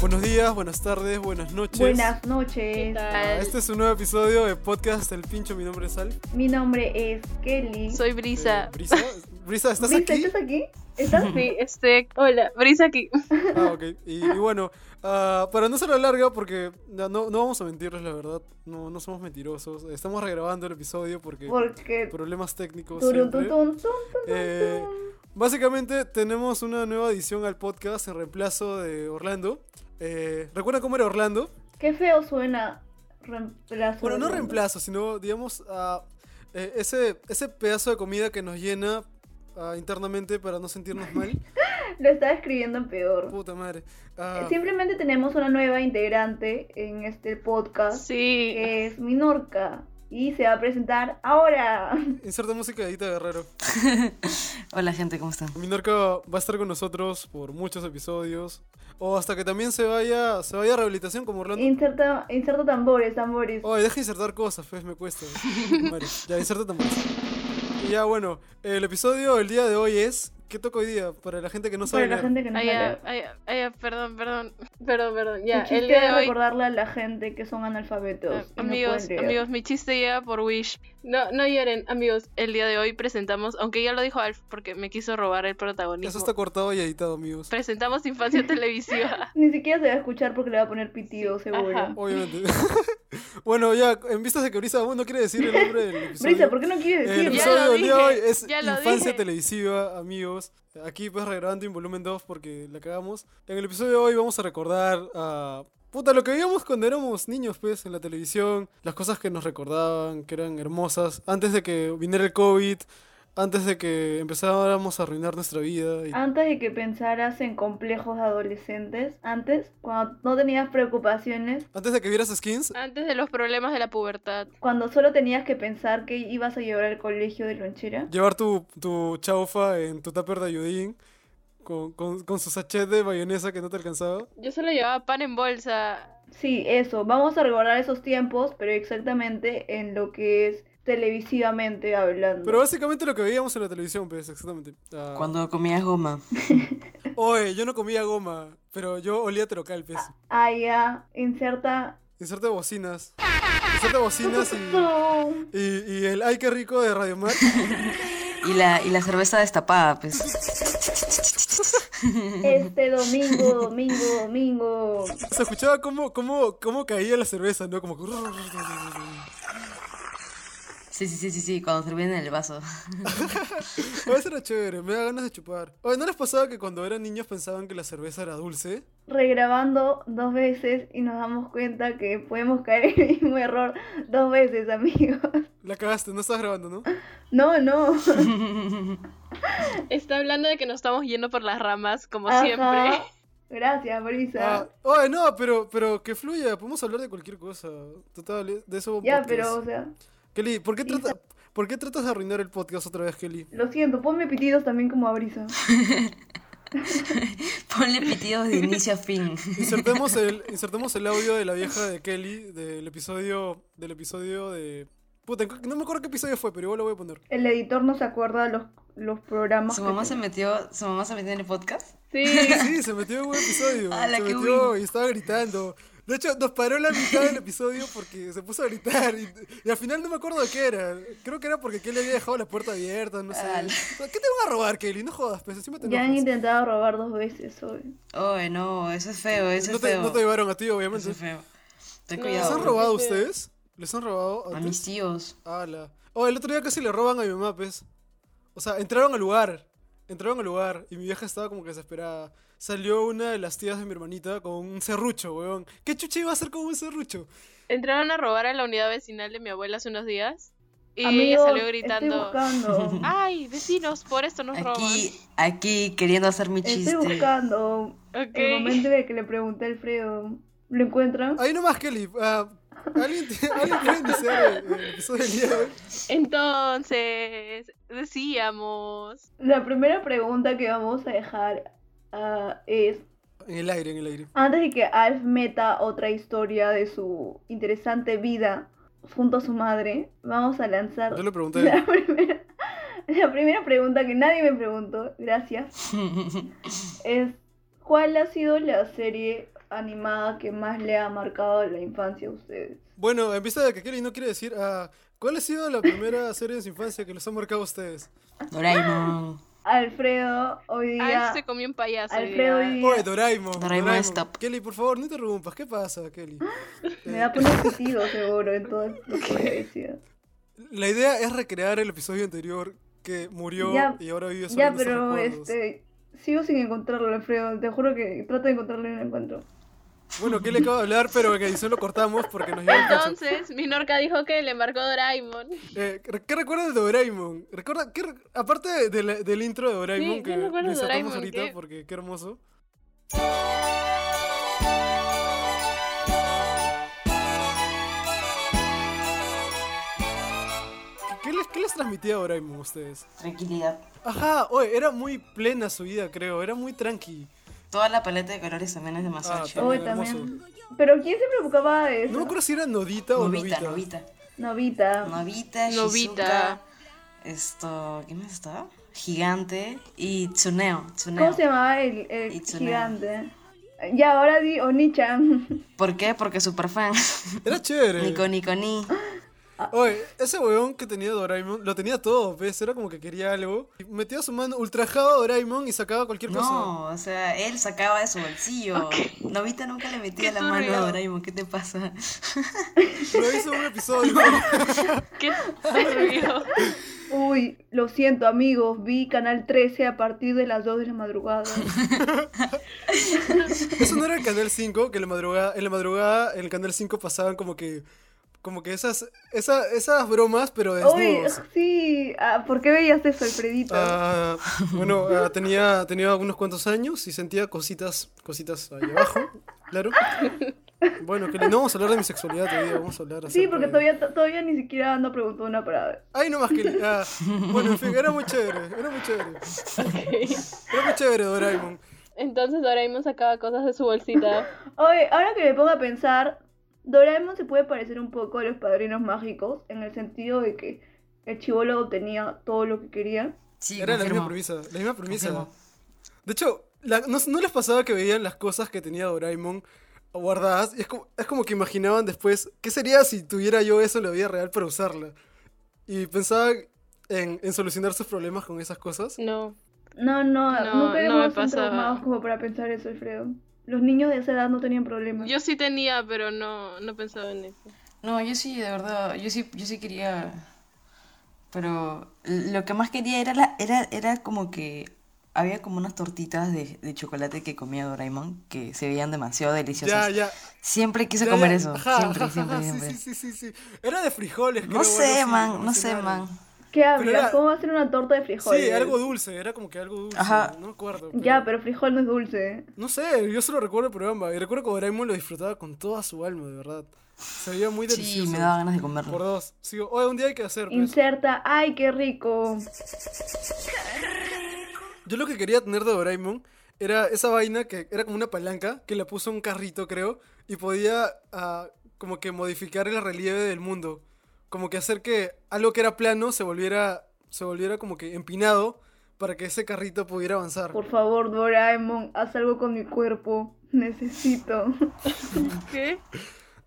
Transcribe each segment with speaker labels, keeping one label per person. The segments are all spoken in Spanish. Speaker 1: Buenos días, buenas tardes, buenas noches.
Speaker 2: Buenas noches.
Speaker 1: Este es un nuevo episodio de podcast El Pincho. Mi nombre es Al.
Speaker 2: Mi nombre es Kelly.
Speaker 3: Soy Brisa.
Speaker 1: Eh, Brisa, Brisa, ¿estás
Speaker 2: Brisa,
Speaker 1: aquí?
Speaker 2: ¿Estás aquí? ¿Estás?
Speaker 3: Sí, este, hola, Brisa aquí.
Speaker 1: Ah, ok. Y, y bueno, ah, para no ser la larga, porque no, no no vamos a mentirles la verdad, no, no somos mentirosos. Estamos regrabando el episodio porque
Speaker 2: Porque.
Speaker 1: problemas técnicos.
Speaker 2: Turun,
Speaker 1: siempre.
Speaker 2: tun, tun, tun, tun,
Speaker 1: Eh, Básicamente tenemos una nueva edición al podcast en reemplazo de Orlando. Eh, ¿Recuerdan cómo era Orlando?
Speaker 2: Qué feo suena. Reemplazo.
Speaker 1: Bueno, no
Speaker 2: de-
Speaker 1: reemplazo, sino, digamos, a eh, ese, ese pedazo de comida que nos llena ah, internamente para no sentirnos mal.
Speaker 2: Lo estaba escribiendo en peor. Eh,
Speaker 1: Puta madre. Ah,
Speaker 2: Simplemente tenemos una nueva integrante en este podcast.
Speaker 3: Sí.
Speaker 2: Que es Minorca. Y se va a presentar ahora.
Speaker 1: inserta música de Edita Guerrero.
Speaker 4: Hola gente, ¿cómo están?
Speaker 1: Minorca va a estar con nosotros por muchos episodios. O hasta que también se vaya, se vaya a rehabilitación como Orlando.
Speaker 2: Inserta, inserta tambores, tambores.
Speaker 1: Oye, deja de insertar cosas, pues me cuesta. Vale, ya inserta también. Y ya bueno, el episodio del día de hoy es. ¿Qué toca hoy día? Para la gente que no
Speaker 2: para
Speaker 1: sabe.
Speaker 2: la
Speaker 1: leer.
Speaker 2: gente que no
Speaker 3: Ay,
Speaker 2: sabe.
Speaker 3: Ah, ya, ay, ya, ay, ya, perdón, perdón. Perdón, perdón. Ya,
Speaker 2: Mi chiste
Speaker 3: el día
Speaker 2: es
Speaker 3: de hoy.
Speaker 2: recordarle a la gente que son analfabetos. y no
Speaker 3: Ah, Amigos,
Speaker 2: pueden leer.
Speaker 3: amigos, mi chiste llega por Wish. No, no lloren, amigos. El día de hoy presentamos, aunque ya lo dijo Alf porque me quiso robar el protagonismo.
Speaker 1: Eso está cortado y editado, amigos.
Speaker 3: Presentamos Infancia Televisiva.
Speaker 2: Ni siquiera se va a escuchar porque le va a poner pitido, seguro.
Speaker 3: ajá.
Speaker 1: Obviamente. bueno, ya, en vistas de que Brisa aún no quiere decir el nombre del episodio.
Speaker 2: Brisa, ¿por qué no quieres
Speaker 1: El
Speaker 2: decirlo?
Speaker 3: Ya
Speaker 1: episodio
Speaker 3: lo
Speaker 1: del día de hoy
Speaker 3: dije,
Speaker 1: es
Speaker 3: ya lo
Speaker 1: Infancia
Speaker 3: dije.
Speaker 1: Televisiva, amigos. Aquí pues regrabando en volumen 2 porque la cagamos. En el episodio de hoy vamos a recordar a... Puta, lo que veíamos cuando éramos niños, pues, en la televisión. Las cosas que nos recordaban, que eran hermosas. Antes de que viniera el COVID. Antes de que empezáramos a arruinar nuestra vida. y-
Speaker 2: Antes de que pensaras en complejos de adolescentes, antes, cuando no tenías preocupaciones,
Speaker 1: Antes de que vieras skins.
Speaker 3: Antes de los problemas de la pubertad.
Speaker 2: cuando solo tenías que pensar que ibas a llevar al colegio de lonchera.
Speaker 1: Llevar tu, tu chaufa en tu tupper de ayudín. Con, con, con su sachet de mayonesa que no te alcanzaba.
Speaker 3: Yo solo llevaba pan en bolsa.
Speaker 2: Sí, eso, vamos a recordar esos tiempos, pero exactamente en lo que es televisivamente hablando.
Speaker 1: Pero básicamente lo que veíamos en la televisión, pues, exactamente. Ah,
Speaker 4: Cuando comías goma.
Speaker 1: Oye, yo no comía goma, pero yo olía trocal, pues.
Speaker 2: Ah, ya, inserta...
Speaker 1: Inserte bocinas. Inserte bocinas y,
Speaker 2: ¡Tum!
Speaker 1: y, y el ay qué rico de Radio Mar.
Speaker 4: Y la, y la cerveza destapada, pues.
Speaker 2: Este domingo, domingo, domingo.
Speaker 1: Se escuchaba cómo, cómo, cómo caía la cerveza, ¿no? Como que-
Speaker 4: Sí, sí, sí, sí, sí, cuando servían en el vaso.
Speaker 1: A veces era chévere, me da ganas de chupar. Oye, ¿no les pasaba que cuando eran niños pensaban que la cerveza era dulce?
Speaker 2: regrabando dos veces y nos damos cuenta que podemos caer en el mismo error dos veces, amigos.
Speaker 1: La cagaste, no estás grabando, ¿no?
Speaker 2: No, no.
Speaker 3: Está hablando de que nos estamos yendo por las ramas, como
Speaker 2: Ajá.
Speaker 3: siempre.
Speaker 2: Gracias, Brisa.
Speaker 1: Ah, oye, no, pero, pero que fluya, podemos hablar de cualquier cosa. Total, eh, de eso va un
Speaker 2: ya,
Speaker 1: podcast.
Speaker 2: pero, o sea,
Speaker 1: Kelly, ¿por qué, trata- ¿por qué tratas de arruinar el podcast otra vez, Kelly?
Speaker 2: lo siento, ponme pitidos también como a Brisa.
Speaker 4: Ponle pitidos de inicio a fin.
Speaker 1: Insertemos el, insertemos el audio de la vieja de Kelly del episodio. Del episodio de. Puta, no me acuerdo qué episodio fue, pero igual lo voy a poner.
Speaker 2: El editor no se acuerda de los, los programas.
Speaker 4: ¿Su
Speaker 2: que
Speaker 4: mamá se
Speaker 2: tenemos.
Speaker 4: metió, su mamá se metió en el podcast?
Speaker 3: Sí.
Speaker 1: Sí, se metió en un episodio.
Speaker 4: Ala,
Speaker 1: se
Speaker 4: qué
Speaker 1: metió
Speaker 4: win.
Speaker 1: y estaba gritando. De hecho, nos paró la mitad del episodio porque se puso a gritar. Y, y al final no me acuerdo de qué era. Creo que era porque Kelly había dejado la puerta abierta, no sé.
Speaker 4: Ala.
Speaker 1: ¿Qué te van a robar, Kelly? No jodas, pues encima te
Speaker 2: Ya han
Speaker 1: enojas.
Speaker 2: intentado robar dos veces hoy.
Speaker 4: Oye, no, eso es feo, eso
Speaker 1: no,
Speaker 4: es
Speaker 1: te,
Speaker 4: feo.
Speaker 1: no te llevaron a ti,
Speaker 4: Eso
Speaker 1: obviamente.
Speaker 4: es feo. Ten
Speaker 3: No.
Speaker 1: ¿Les
Speaker 4: cuidado.
Speaker 1: han
Speaker 3: Qué
Speaker 1: robado a
Speaker 3: feo.
Speaker 1: ustedes? ¿Les han robado
Speaker 4: A
Speaker 1: ti?
Speaker 4: mis tíos.
Speaker 1: Ala. Oh, el otro día casi le roban a mi mamá, pues. O sea, entraron al lugar. Entraron al lugar y mi vieja estaba como que desesperada. Salió una de las tías de mi hermanita con un serrucho, weón. ¿Qué chucha iba a hacer con un serrucho?
Speaker 3: Entraron a robar a la unidad vecinal de mi abuela hace unos días y
Speaker 2: Amigos,
Speaker 3: ella salió
Speaker 2: Estoy
Speaker 3: gritando,
Speaker 2: buscando.
Speaker 3: ay, vecinos, por esto nos roban.
Speaker 4: Aquí, aquí queriendo hacer mi
Speaker 2: Estoy
Speaker 4: chiste.
Speaker 2: buscando. El
Speaker 3: Ok.
Speaker 2: momento en el que le pregunté a Alfredo. ¿Lo encuentran?
Speaker 1: Ahí nomás, Kelly. Ah, ¿Alguien tiene alguien quiere iniciar el, el episodio del día de hoy?
Speaker 3: Entonces, decíamos,
Speaker 2: La primera pregunta que vamos a dejar ah, es,
Speaker 1: En el aire, en el aire.
Speaker 2: antes de que Alf meta otra historia de su interesante vida junto a su madre, vamos a lanzar
Speaker 1: Yo le pregunté.
Speaker 2: la primera, la primera pregunta que nadie me preguntó, gracias, es ¿cuál ha sido la serie animada que más le ha marcado la infancia a ustedes?
Speaker 1: Bueno, en vista de que Kelly no quiere decir, ah, ¿cuál ha sido la primera serie de su infancia que los ha marcado a ustedes?
Speaker 4: Doraemon.
Speaker 2: Alfredo hoy día
Speaker 3: Alf se comió un payaso. hoy
Speaker 2: Alfredo
Speaker 3: día.
Speaker 2: hoy
Speaker 1: Oye,
Speaker 2: día
Speaker 1: Doraemon.
Speaker 4: Doraemon, stop.
Speaker 1: Kelly, por favor, no interrumpas. ¿Qué pasa, Kelly?
Speaker 2: me da por un pitido seguro en todo lo que le decía.
Speaker 1: La idea es recrear el episodio anterior que murió
Speaker 2: Ya,
Speaker 1: y ahora vive solo
Speaker 2: Ya,
Speaker 1: en esos
Speaker 2: pero
Speaker 1: recuerdos.
Speaker 2: este sigo sin encontrarlo, Alfredo. Te juro que trato de encontrarlo y no lo encuentro.
Speaker 1: Bueno, Kelly acaba de hablar, pero en edición lo cortamos porque nos lleva el cacho.
Speaker 3: Entonces, Minorca dijo que le marcó Doraemon.
Speaker 1: Eh, ¿Qué recuerdas de Doraemon? ¿Recuerda, qué re- aparte de- de la- del intro de Doraemon
Speaker 3: Sí,
Speaker 1: que
Speaker 3: yo me
Speaker 1: le
Speaker 3: acuerdo de
Speaker 1: sacamos
Speaker 3: Doraemon,
Speaker 1: ahorita
Speaker 3: qué-
Speaker 1: porque qué hermoso. ¿Qué qué les, ¿Qué les transmitía Doraemon a ustedes?
Speaker 4: Tranquilidad.
Speaker 1: Ajá, oye, era muy plena su vida, creo, era muy tranqui.
Speaker 4: Toda la paleta de colores también es
Speaker 1: Ah,
Speaker 4: demasiado
Speaker 1: también
Speaker 4: chévere.
Speaker 2: Uy,
Speaker 1: hermoso.
Speaker 2: también. Pero ¿quién se preocupaba de
Speaker 1: No me
Speaker 2: eso?
Speaker 1: acuerdo si era Nodita o
Speaker 4: Novita,
Speaker 1: Novita.
Speaker 4: novita.
Speaker 2: Novita.
Speaker 4: Novita,
Speaker 3: Novita.
Speaker 4: Shizuka. Esto, ¿qué más estaba? Gigante y Tsuneo. Tsuneo.
Speaker 2: ¿Cómo se llamaba el, el
Speaker 4: Itsuneo.
Speaker 2: gigante? Ya, ahora di Onichan.
Speaker 4: ¿Por qué? Porque super fan.
Speaker 1: Era chévere.
Speaker 4: Nico, Nico, ni.
Speaker 1: Oye, ese weón que tenía Doraemon, lo tenía todo, ¿ves? Era como que quería algo. Y Metía su mano, ultrajaba a Doraemon y sacaba cualquier cosa.
Speaker 4: No, o sea, él sacaba de su bolsillo. Novita nunca le metía
Speaker 3: Qué
Speaker 4: la mano a
Speaker 3: turbio.
Speaker 4: Doraemon, ¿qué te pasa?
Speaker 1: Lo hizo en un episodio.
Speaker 3: ¿Qué turbio.
Speaker 2: Uy, lo siento amigos, vi Canal 13 a partir de las 2 de la madrugada.
Speaker 1: Eso no era el Canal 5, que en la madrugada, en la madrugada en el Canal 5 pasaban como que... Como que esas, esa, esas bromas, pero
Speaker 2: Uy,
Speaker 1: desnudos.
Speaker 2: sí, ah, ¿por qué veías eso, Alfredito?
Speaker 1: Ah, bueno, ah, tenía, tenía unos cuantos años y sentía cositas, cositas ahí abajo, claro. Bueno, que no vamos a hablar de mi sexualidad todavía, vamos a hablar
Speaker 2: sí,
Speaker 1: acerca
Speaker 2: porque
Speaker 1: de-
Speaker 2: todavía, todavía ni siquiera no preguntó una parada.
Speaker 1: Ay, no más que. ah, bueno, en fin, era muy chévere, era muy chévere. Era muy chévere Doraemon.
Speaker 3: Entonces Doraemon sacaba cosas de su bolsita.
Speaker 2: Oye, ahora que me pongo a pensar, Doraemon se puede parecer un poco a los padrinos mágicos en el sentido de que el chivolo obtenía todo lo que quería.
Speaker 4: Sí,
Speaker 1: Era la misma
Speaker 4: confirmo.
Speaker 1: premisa, la misma premisa.
Speaker 4: Confirmo.
Speaker 1: De hecho, la- no, no les pasaba que veían las cosas que tenía Doraemon guardadas? Y es como, es como que imaginaban después, ¿qué sería si tuviera yo eso en la vida real para usarla? Y pensaban en, en solucionar sus problemas con esas cosas.
Speaker 3: No.
Speaker 2: No, no,
Speaker 3: No,
Speaker 2: nunca
Speaker 3: no me
Speaker 2: éramos tan
Speaker 3: pasaba.
Speaker 2: traumados como para pensar eso, Alfredo. Los niños de esa edad no tenían problemas.
Speaker 3: Yo sí tenía, pero no, no pensaba en eso.
Speaker 4: No, yo sí, de verdad, yo sí, yo sí quería. Pero lo que más quería era la, era, era como que había como unas tortitas de, de chocolate que comía Doraemon que se veían demasiado deliciosas.
Speaker 1: Ya, ya.
Speaker 4: Siempre quise
Speaker 1: ya,
Speaker 4: comer
Speaker 1: ya.
Speaker 4: eso,
Speaker 1: Ajá,
Speaker 4: siempre,
Speaker 1: ajá,
Speaker 4: siempre,
Speaker 1: ajá, sí,
Speaker 4: siempre.
Speaker 1: Sí, sí, sí, sí. Era de frijoles,
Speaker 4: No
Speaker 1: creo,
Speaker 4: sé,
Speaker 1: algo así,
Speaker 4: man, no sé,
Speaker 1: emocionaron.
Speaker 4: man.
Speaker 2: ¿Qué hablas?
Speaker 1: era-
Speaker 2: ¿Cómo va a ser una torta de frijoles?
Speaker 1: Sí, algo dulce, era como que algo dulce.
Speaker 4: Ajá.
Speaker 1: No me acuerdo.
Speaker 2: Ya, pero frijol no es dulce.
Speaker 1: No sé, yo solo recuerdo el programa. Y recuerdo que Doraemon lo disfrutaba con toda su alma, de verdad. Se veía muy
Speaker 4: Sí,
Speaker 1: delicioso.
Speaker 4: me daba ganas de
Speaker 1: Por
Speaker 4: comerlo.
Speaker 1: dos. Sí, oye, un día hay que hacer. pues.
Speaker 2: Inserta, ay, qué rico.
Speaker 1: Yo lo que quería tener de Doraemon era esa vaina que era como una palanca que la puso un carrito, creo, y podía ah, como que modificar el relieve del mundo. Como que hacer que algo que era plano se volviera, se volviera como que empinado para que ese carrito pudiera avanzar.
Speaker 2: Por favor, Doraemon, haz algo con mi cuerpo. Necesito.
Speaker 3: ¿Qué?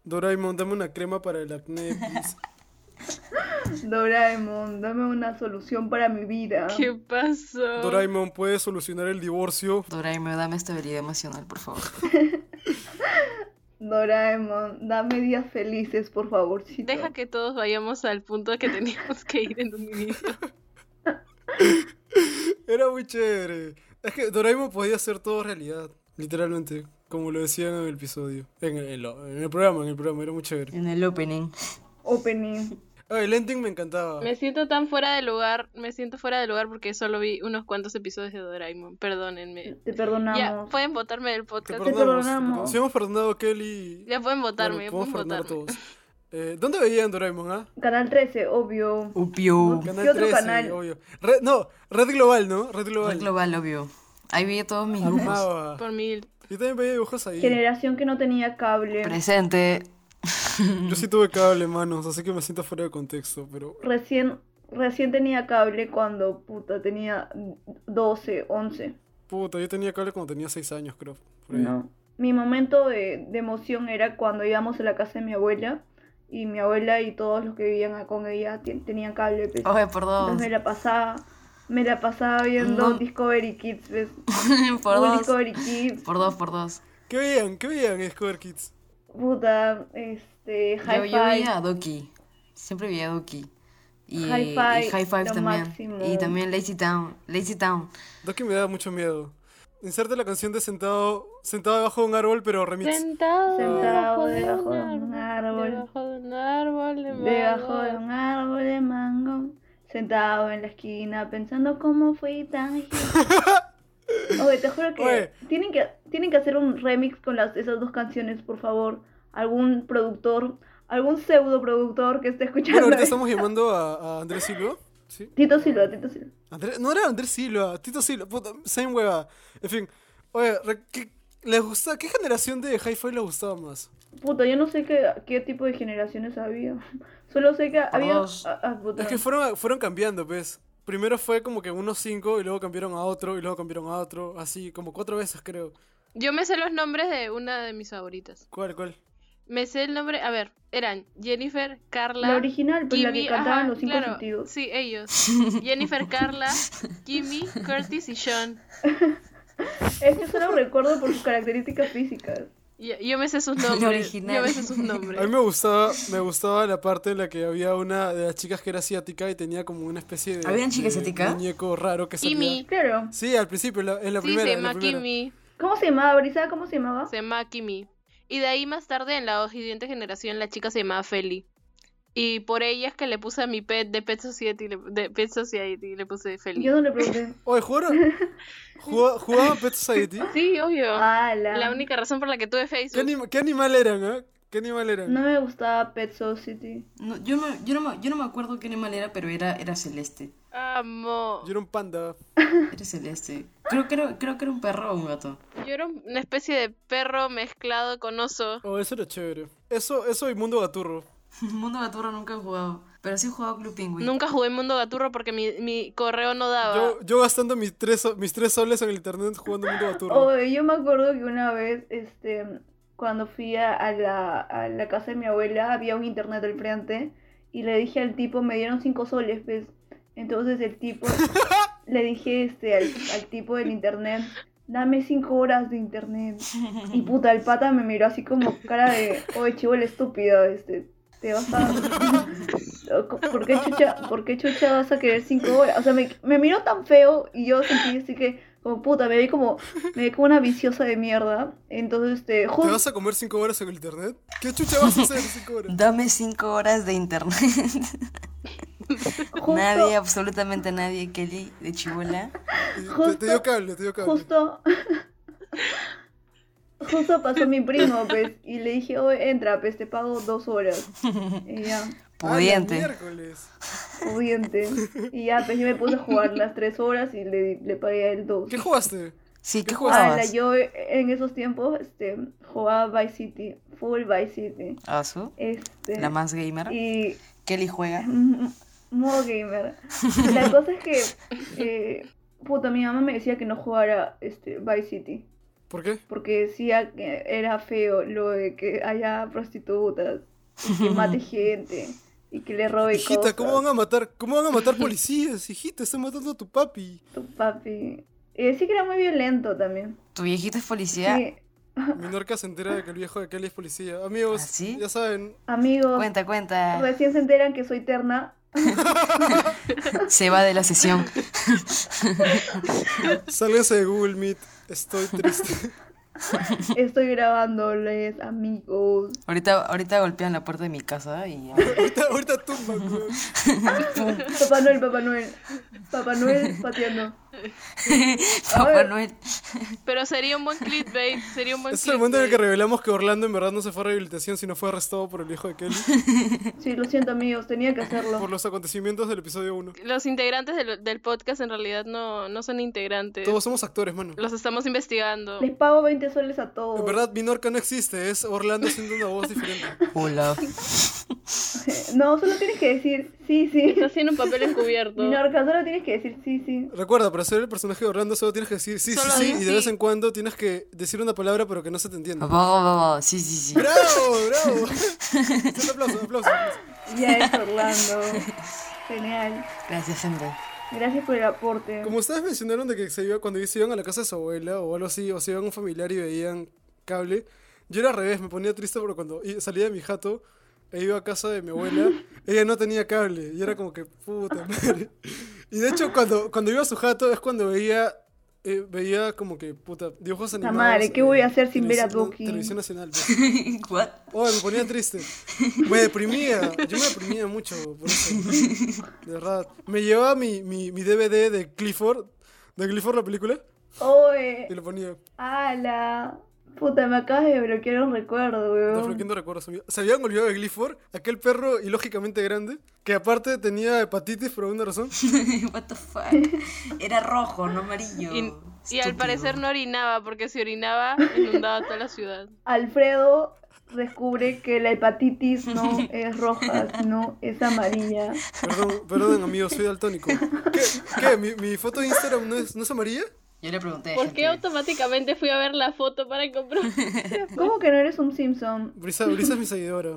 Speaker 1: Doraemon, dame una crema para el acné, please.
Speaker 2: Doraemon, dame una solución para mi vida.
Speaker 3: ¿Qué pasó?
Speaker 1: Doraemon puede solucionar el divorcio.
Speaker 4: Doraemon, dame estabilidad emocional, por favor.
Speaker 2: Doraemon, dame días felices, por favor.
Speaker 3: Deja que todos vayamos al punto que teníamos que ir en un inicio.
Speaker 1: Era muy chévere. Es que Doraemon podía hacer todo realidad, literalmente, como lo decían en el episodio. En el, en lo- en el programa, en el programa, era muy chévere.
Speaker 4: En el opening.
Speaker 2: Opening.
Speaker 1: Ah, el ending me encantaba.
Speaker 3: Me siento tan fuera de lugar, me siento fuera de lugar porque solo vi unos cuantos episodios de Doraemon. Perdónenme.
Speaker 2: Te
Speaker 3: Ya,
Speaker 2: perdonamos.
Speaker 3: pueden votarme del
Speaker 1: Te
Speaker 3: podcast.
Speaker 2: perdón-
Speaker 1: perdonamos.
Speaker 2: perdonamos.
Speaker 1: Si hemos perdonado a Kelly.
Speaker 3: Ya pueden
Speaker 1: bueno,
Speaker 3: votarme,
Speaker 1: podemos
Speaker 3: ya pueden
Speaker 1: perdonar a
Speaker 3: votarme.
Speaker 1: todos. Eh, ¿Dónde veían Doraemon, ah?
Speaker 2: Canal 13, obvio.
Speaker 4: Obvio.
Speaker 1: Canal
Speaker 2: ¿Qué otro
Speaker 1: 13,
Speaker 2: canal?
Speaker 1: obvio. Red- no, Red Global, ¿no? Red
Speaker 4: Red
Speaker 1: Global.
Speaker 4: Global, obvio. Ahí vi todos mis grupos.
Speaker 1: Amaba.
Speaker 3: Por mil.
Speaker 1: Yo también veía dibujos ahí.
Speaker 2: Generación que no tenía cable.
Speaker 4: Presente.
Speaker 1: Yo sí tuve cable, manos, así que me siento fuera de contexto, pero
Speaker 2: Recién, recién tenía cable cuando, puta, tenía 12, 11.
Speaker 1: puta, yo tenía cable cuando tenía 6 años, creo. por ahí.
Speaker 2: No. mi momento de, de emoción era cuando íbamos a la casa de mi abuela y mi abuela y todos los que vivían con ella te- tenían cable. pues.
Speaker 4: Oye, por
Speaker 2: Entonces
Speaker 4: dos.
Speaker 2: me la pasaba, me la pasaba viendo
Speaker 4: No.
Speaker 2: Discovery Kids, pues.
Speaker 4: por
Speaker 2: Full
Speaker 4: dos.
Speaker 2: Discovery Kids,
Speaker 4: Por dos, por dos.
Speaker 1: ¿Qué veían? ¿Qué veían Square Kids?
Speaker 2: puta, este,
Speaker 4: Yo,
Speaker 2: Hi-Fi,
Speaker 4: yo veía a Doki. Siempre veía a Doki. Y
Speaker 2: Hi
Speaker 4: High Five,
Speaker 2: Five,
Speaker 4: y High Five
Speaker 2: lo
Speaker 4: también.
Speaker 2: máximo.
Speaker 4: Y también Lazy Town. Lazy Town.
Speaker 1: Doki me da mucho miedo. Inserte la canción de Sentado, sentado debajo de un árbol, pero remix.
Speaker 3: Sentado,
Speaker 2: Sentado
Speaker 3: debajo de
Speaker 2: debajo
Speaker 3: un árbol. Debajo de un árbol. de
Speaker 2: debajo
Speaker 3: mango.
Speaker 2: de un árbol de mango, sentado en la esquina pensando cómo fui tan gil- Oye, te juro que
Speaker 1: Oye.
Speaker 2: tienen que tienen que hacer un remix con las, esas dos canciones, por favor. Algún productor, algún pseudo productor que esté
Speaker 1: Bueno,
Speaker 2: escuchando.
Speaker 1: ahorita
Speaker 2: esto.
Speaker 1: estamos llamando a, a Andrés Silva. ¿Sí?
Speaker 2: Tito Silva, Tito Silva.
Speaker 1: Andrés- no era Andrés Silva, Tito Silva, puta, same hueva. En fin, oye, re- ¿qué, les gusta, ¿qué generación de hi-fi les gustaba más?
Speaker 2: Puta, yo no sé qué, qué tipo de generaciones había. Solo sé que había.
Speaker 4: Dos.
Speaker 2: ah, ah, puta.
Speaker 1: Es que fueron, fueron cambiando, ¿ves? Primero fue como que unos cinco y luego cambiaron a otro y luego cambiaron a otro, así como cuatro veces creo.
Speaker 3: Yo me sé los nombres de una de mis favoritas.
Speaker 1: ¿Cuál, cuál?
Speaker 3: Me sé el nombre, a ver, eran Jennifer, Carla,
Speaker 2: la original, pues la que
Speaker 3: Kimi,
Speaker 2: cantaban
Speaker 3: ajá,
Speaker 2: los cinco
Speaker 3: claro,
Speaker 2: sentidos.
Speaker 3: Sí, ellos. Jennifer, Carla, Kimmy, Curtis y Sean.
Speaker 2: Es que solo recuerdo por sus características físicas.
Speaker 3: Yo, yo me sé sus nombres.
Speaker 4: original.
Speaker 3: Yo me sé sus
Speaker 1: A mí
Speaker 3: nombres.
Speaker 1: me gustaba, me gustaba la parte en la que había una de las chicas que era asiática y tenía como una especie de,
Speaker 4: ¿Habían chica
Speaker 1: de
Speaker 4: asiática?
Speaker 1: muñeco raro que salía.
Speaker 3: Kimmy.
Speaker 2: Claro.
Speaker 1: Sí, al principio, en la, en la
Speaker 3: Sí,
Speaker 1: primera.
Speaker 3: se
Speaker 1: en la
Speaker 3: llama
Speaker 1: primera.
Speaker 3: Kimmy.
Speaker 2: ¿Cómo se llamaba, Brisa? ¿Cómo se llamaba?
Speaker 3: Se llama Kimmy. Y de ahí más tarde, en la siguiente generación, la chica se llamaba Feli. Y por ella es que le puse a mi pet de Pet Society, le, de Pet Society, le puse Feli.
Speaker 2: Yo no le pregunté.
Speaker 1: Oye, ¿jugaron? ¿Juga- ¿Jugaban Pet Society?
Speaker 3: Sí, obvio.
Speaker 2: Ah, la...
Speaker 3: La única razón por la que tuve
Speaker 1: ¿Qué,
Speaker 3: Facebook.
Speaker 1: anima- qué animal eran, eh? ¿Qué animal eran?
Speaker 2: No me gustaba Pet Society.
Speaker 4: No, yo, me- yo, no me, yo no me acuerdo qué animal era, pero era, era celeste.
Speaker 3: Amo.
Speaker 1: Yo era un panda.
Speaker 4: Era celeste. Creo, que era- creo que era un perro o un gato.
Speaker 3: Yo era una especie de perro mezclado con oso.
Speaker 1: Oh, eso era chévere. Eso, eso y Mundo Gaturro.
Speaker 4: Mundo Gaturro nunca he jugado. Pero sí he jugado Club Penguin.
Speaker 3: Nunca jugué en Mundo Gaturro porque mi, mi correo no daba.
Speaker 1: Yo, yo gastando mis tres, so- mis tres soles en el internet jugando Mundo Gaturro.
Speaker 2: Oh, yo me acuerdo que una vez, este, cuando fui a, a la, a la casa de mi abuela, había un internet al frente y le dije al tipo, me dieron cinco soles, pues. Entonces el tipo, le dije este, al, al tipo del internet, dame cinco horas de internet. Y puta, el pata me miró así como cara de, oye, chivo, el estúpido, este, te vas a... ¿Por qué, chucha, ¿Por qué chucha vas a querer cinco horas? O sea, me, me miró tan feo y yo sentí así que, como puta, me vi como, me vi como una viciosa de mierda. Entonces, este,
Speaker 1: ¿Te
Speaker 2: justo...
Speaker 1: vas a comer cinco horas en el internet? ¿Qué chucha vas a hacer en cinco horas?
Speaker 4: Dame cinco horas de internet.
Speaker 2: Justo- Ah,
Speaker 4: Nadie, absolutamente nadie, Kelly, de Chibola.
Speaker 1: Y Te, te
Speaker 2: Justo-
Speaker 1: dio cable, te dio cable.
Speaker 2: Justo. Justo pasó mi primo, pues, y le dije, oye, entra, pues, te pago dos horas. Y ya,
Speaker 1: Ah, la
Speaker 4: Pudiente.
Speaker 1: miércoles.
Speaker 2: pudiente. Y ya, pues, yo me puse a jugar las tres horas y le, le pagué a él dos.
Speaker 1: ¿Qué jugaste?
Speaker 4: Sí, ¿qué
Speaker 1: Ah,
Speaker 2: Ah, la,
Speaker 4: jugabas?
Speaker 2: yo eh, en esos tiempos, este, jugaba Vice City, full Vice City.
Speaker 4: Azu,
Speaker 2: Este,
Speaker 4: la más gamer.
Speaker 2: y
Speaker 4: Kelly juega.
Speaker 2: Mm, Modo gamer. La cosa es que, eh, puta, mi mamá me decía que no jugara, este, Vice City.
Speaker 1: ¿Por qué?
Speaker 2: porque decía que era feo lo de que haya prostitutas y que mate gente y que le robe
Speaker 1: Hijita,
Speaker 2: cosas.
Speaker 1: ¿cómo van a matar? ¿Cómo van a matar policías? Hijita, están matando a tu papi.
Speaker 2: Tu papi. Y decía que era muy violento también.
Speaker 4: Tu viejita es policía.
Speaker 2: Sí,
Speaker 1: Minorca se entera de que el viejo de Kelly es policía. Amigos,
Speaker 4: ¿Ah, sí?
Speaker 1: ya saben,
Speaker 2: amigos,
Speaker 4: Cuenta, cuenta.
Speaker 2: recién se enteran que soy terna.
Speaker 4: Se va de la sesión.
Speaker 1: sálganse de Google Meet. Estoy triste.
Speaker 2: Estoy grabándoles, amigos.
Speaker 4: Ahorita, ahorita golpean la puerta de mi casa y ya.
Speaker 1: ahorita, ahorita tumban, weón.
Speaker 2: Papá Noel, Papá Noel. Papá Noel pateando.
Speaker 4: Papá
Speaker 2: Ay.
Speaker 4: Noel.
Speaker 3: Pero sería un buen clickbait. Sería un buen
Speaker 1: Es el momento en el que
Speaker 3: clickbait.
Speaker 1: revelamos que Orlando en verdad no se fue a rehabilitación, sino fue arrestado por el hijo de Kelly
Speaker 2: Sí, lo siento, amigos, tenía que hacerlo.
Speaker 1: por los acontecimientos del episodio 1.
Speaker 3: Los integrantes del, del podcast en realidad no, no son integrantes.
Speaker 1: Todos somos actores, mano.
Speaker 3: Los estamos investigando.
Speaker 2: Les pago 20 soles a
Speaker 1: En
Speaker 2: todos.
Speaker 1: verdad, Minorca no existe, es Orlando haciendo una voz diferente.
Speaker 4: Hola.
Speaker 2: No, solo tienes que decir sí, sí.
Speaker 3: Está haciendo un papel encubierto.
Speaker 2: Minorca, solo tienes que decir sí, sí.
Speaker 1: Recuerda, para ser el personaje de Orlando solo tienes que decir sí, sí,
Speaker 3: Solo
Speaker 1: sí,
Speaker 3: di
Speaker 1: y de
Speaker 3: sí.
Speaker 1: vez en cuando tienes que decir una palabra pero que no se te entienda.
Speaker 4: Papá, sí, sí, sí.
Speaker 1: ¡Bravo, bravo! Un aplauso, un aplauso.
Speaker 2: Ya es Orlando. Genial.
Speaker 4: Gracias, gente.
Speaker 2: Gracias por el aporte.
Speaker 1: Como ustedes mencionaron de que se iba, cuando se iban a la casa de su abuela o algo así, o se iban a un familiar y veían cable, yo era al revés, me ponía triste porque cuando i- salía de mi jato e iba a casa de mi abuela, ella no tenía cable y era como que puta madre. Y de hecho, cuando, cuando iba a su jato es cuando veía, eh, veía como que puta, dibujos
Speaker 2: Puta
Speaker 1: animados.
Speaker 2: madre, ¿qué
Speaker 1: eh,
Speaker 2: voy a hacer sin ver a
Speaker 1: televisión-
Speaker 2: Bucky?
Speaker 1: Televisión Nacional. pues.
Speaker 4: What?
Speaker 1: Oh, me ponía triste. Me deprimía. Yo me deprimía mucho por eso. De verdad. Me llevaba mi, mi, mi DVD de Clifford. De Clifford la película.
Speaker 2: Oye,
Speaker 1: Y lo ponía.
Speaker 2: ala. Puta, me acabas de bloquear un recuerdo, weón.
Speaker 1: Desbloqueando recuerdos. Se habían olvidado de Clifford. Aquel perro ilógicamente grande. Que aparte tenía hepatitis por alguna razón.
Speaker 4: What the fuck? Era rojo, no amarillo.
Speaker 3: Y, y al
Speaker 4: Estúpido.
Speaker 3: parecer no orinaba, porque si orinaba inundaba toda la ciudad.
Speaker 2: Alfredo descubre que la hepatitis no es roja, no es amarilla.
Speaker 1: Perdón, perdón, amigo, soy daltónico. ¿Qué? qué? ¿Mi, mi foto de Instagram no es, no es amarilla?
Speaker 4: Yo le pregunté.
Speaker 3: ¿Por
Speaker 4: gente.
Speaker 3: qué automáticamente fui a ver la foto para comprar?
Speaker 2: ¿Cómo que no eres un Simpson?
Speaker 1: Brisa, Brisa es mi seguidora.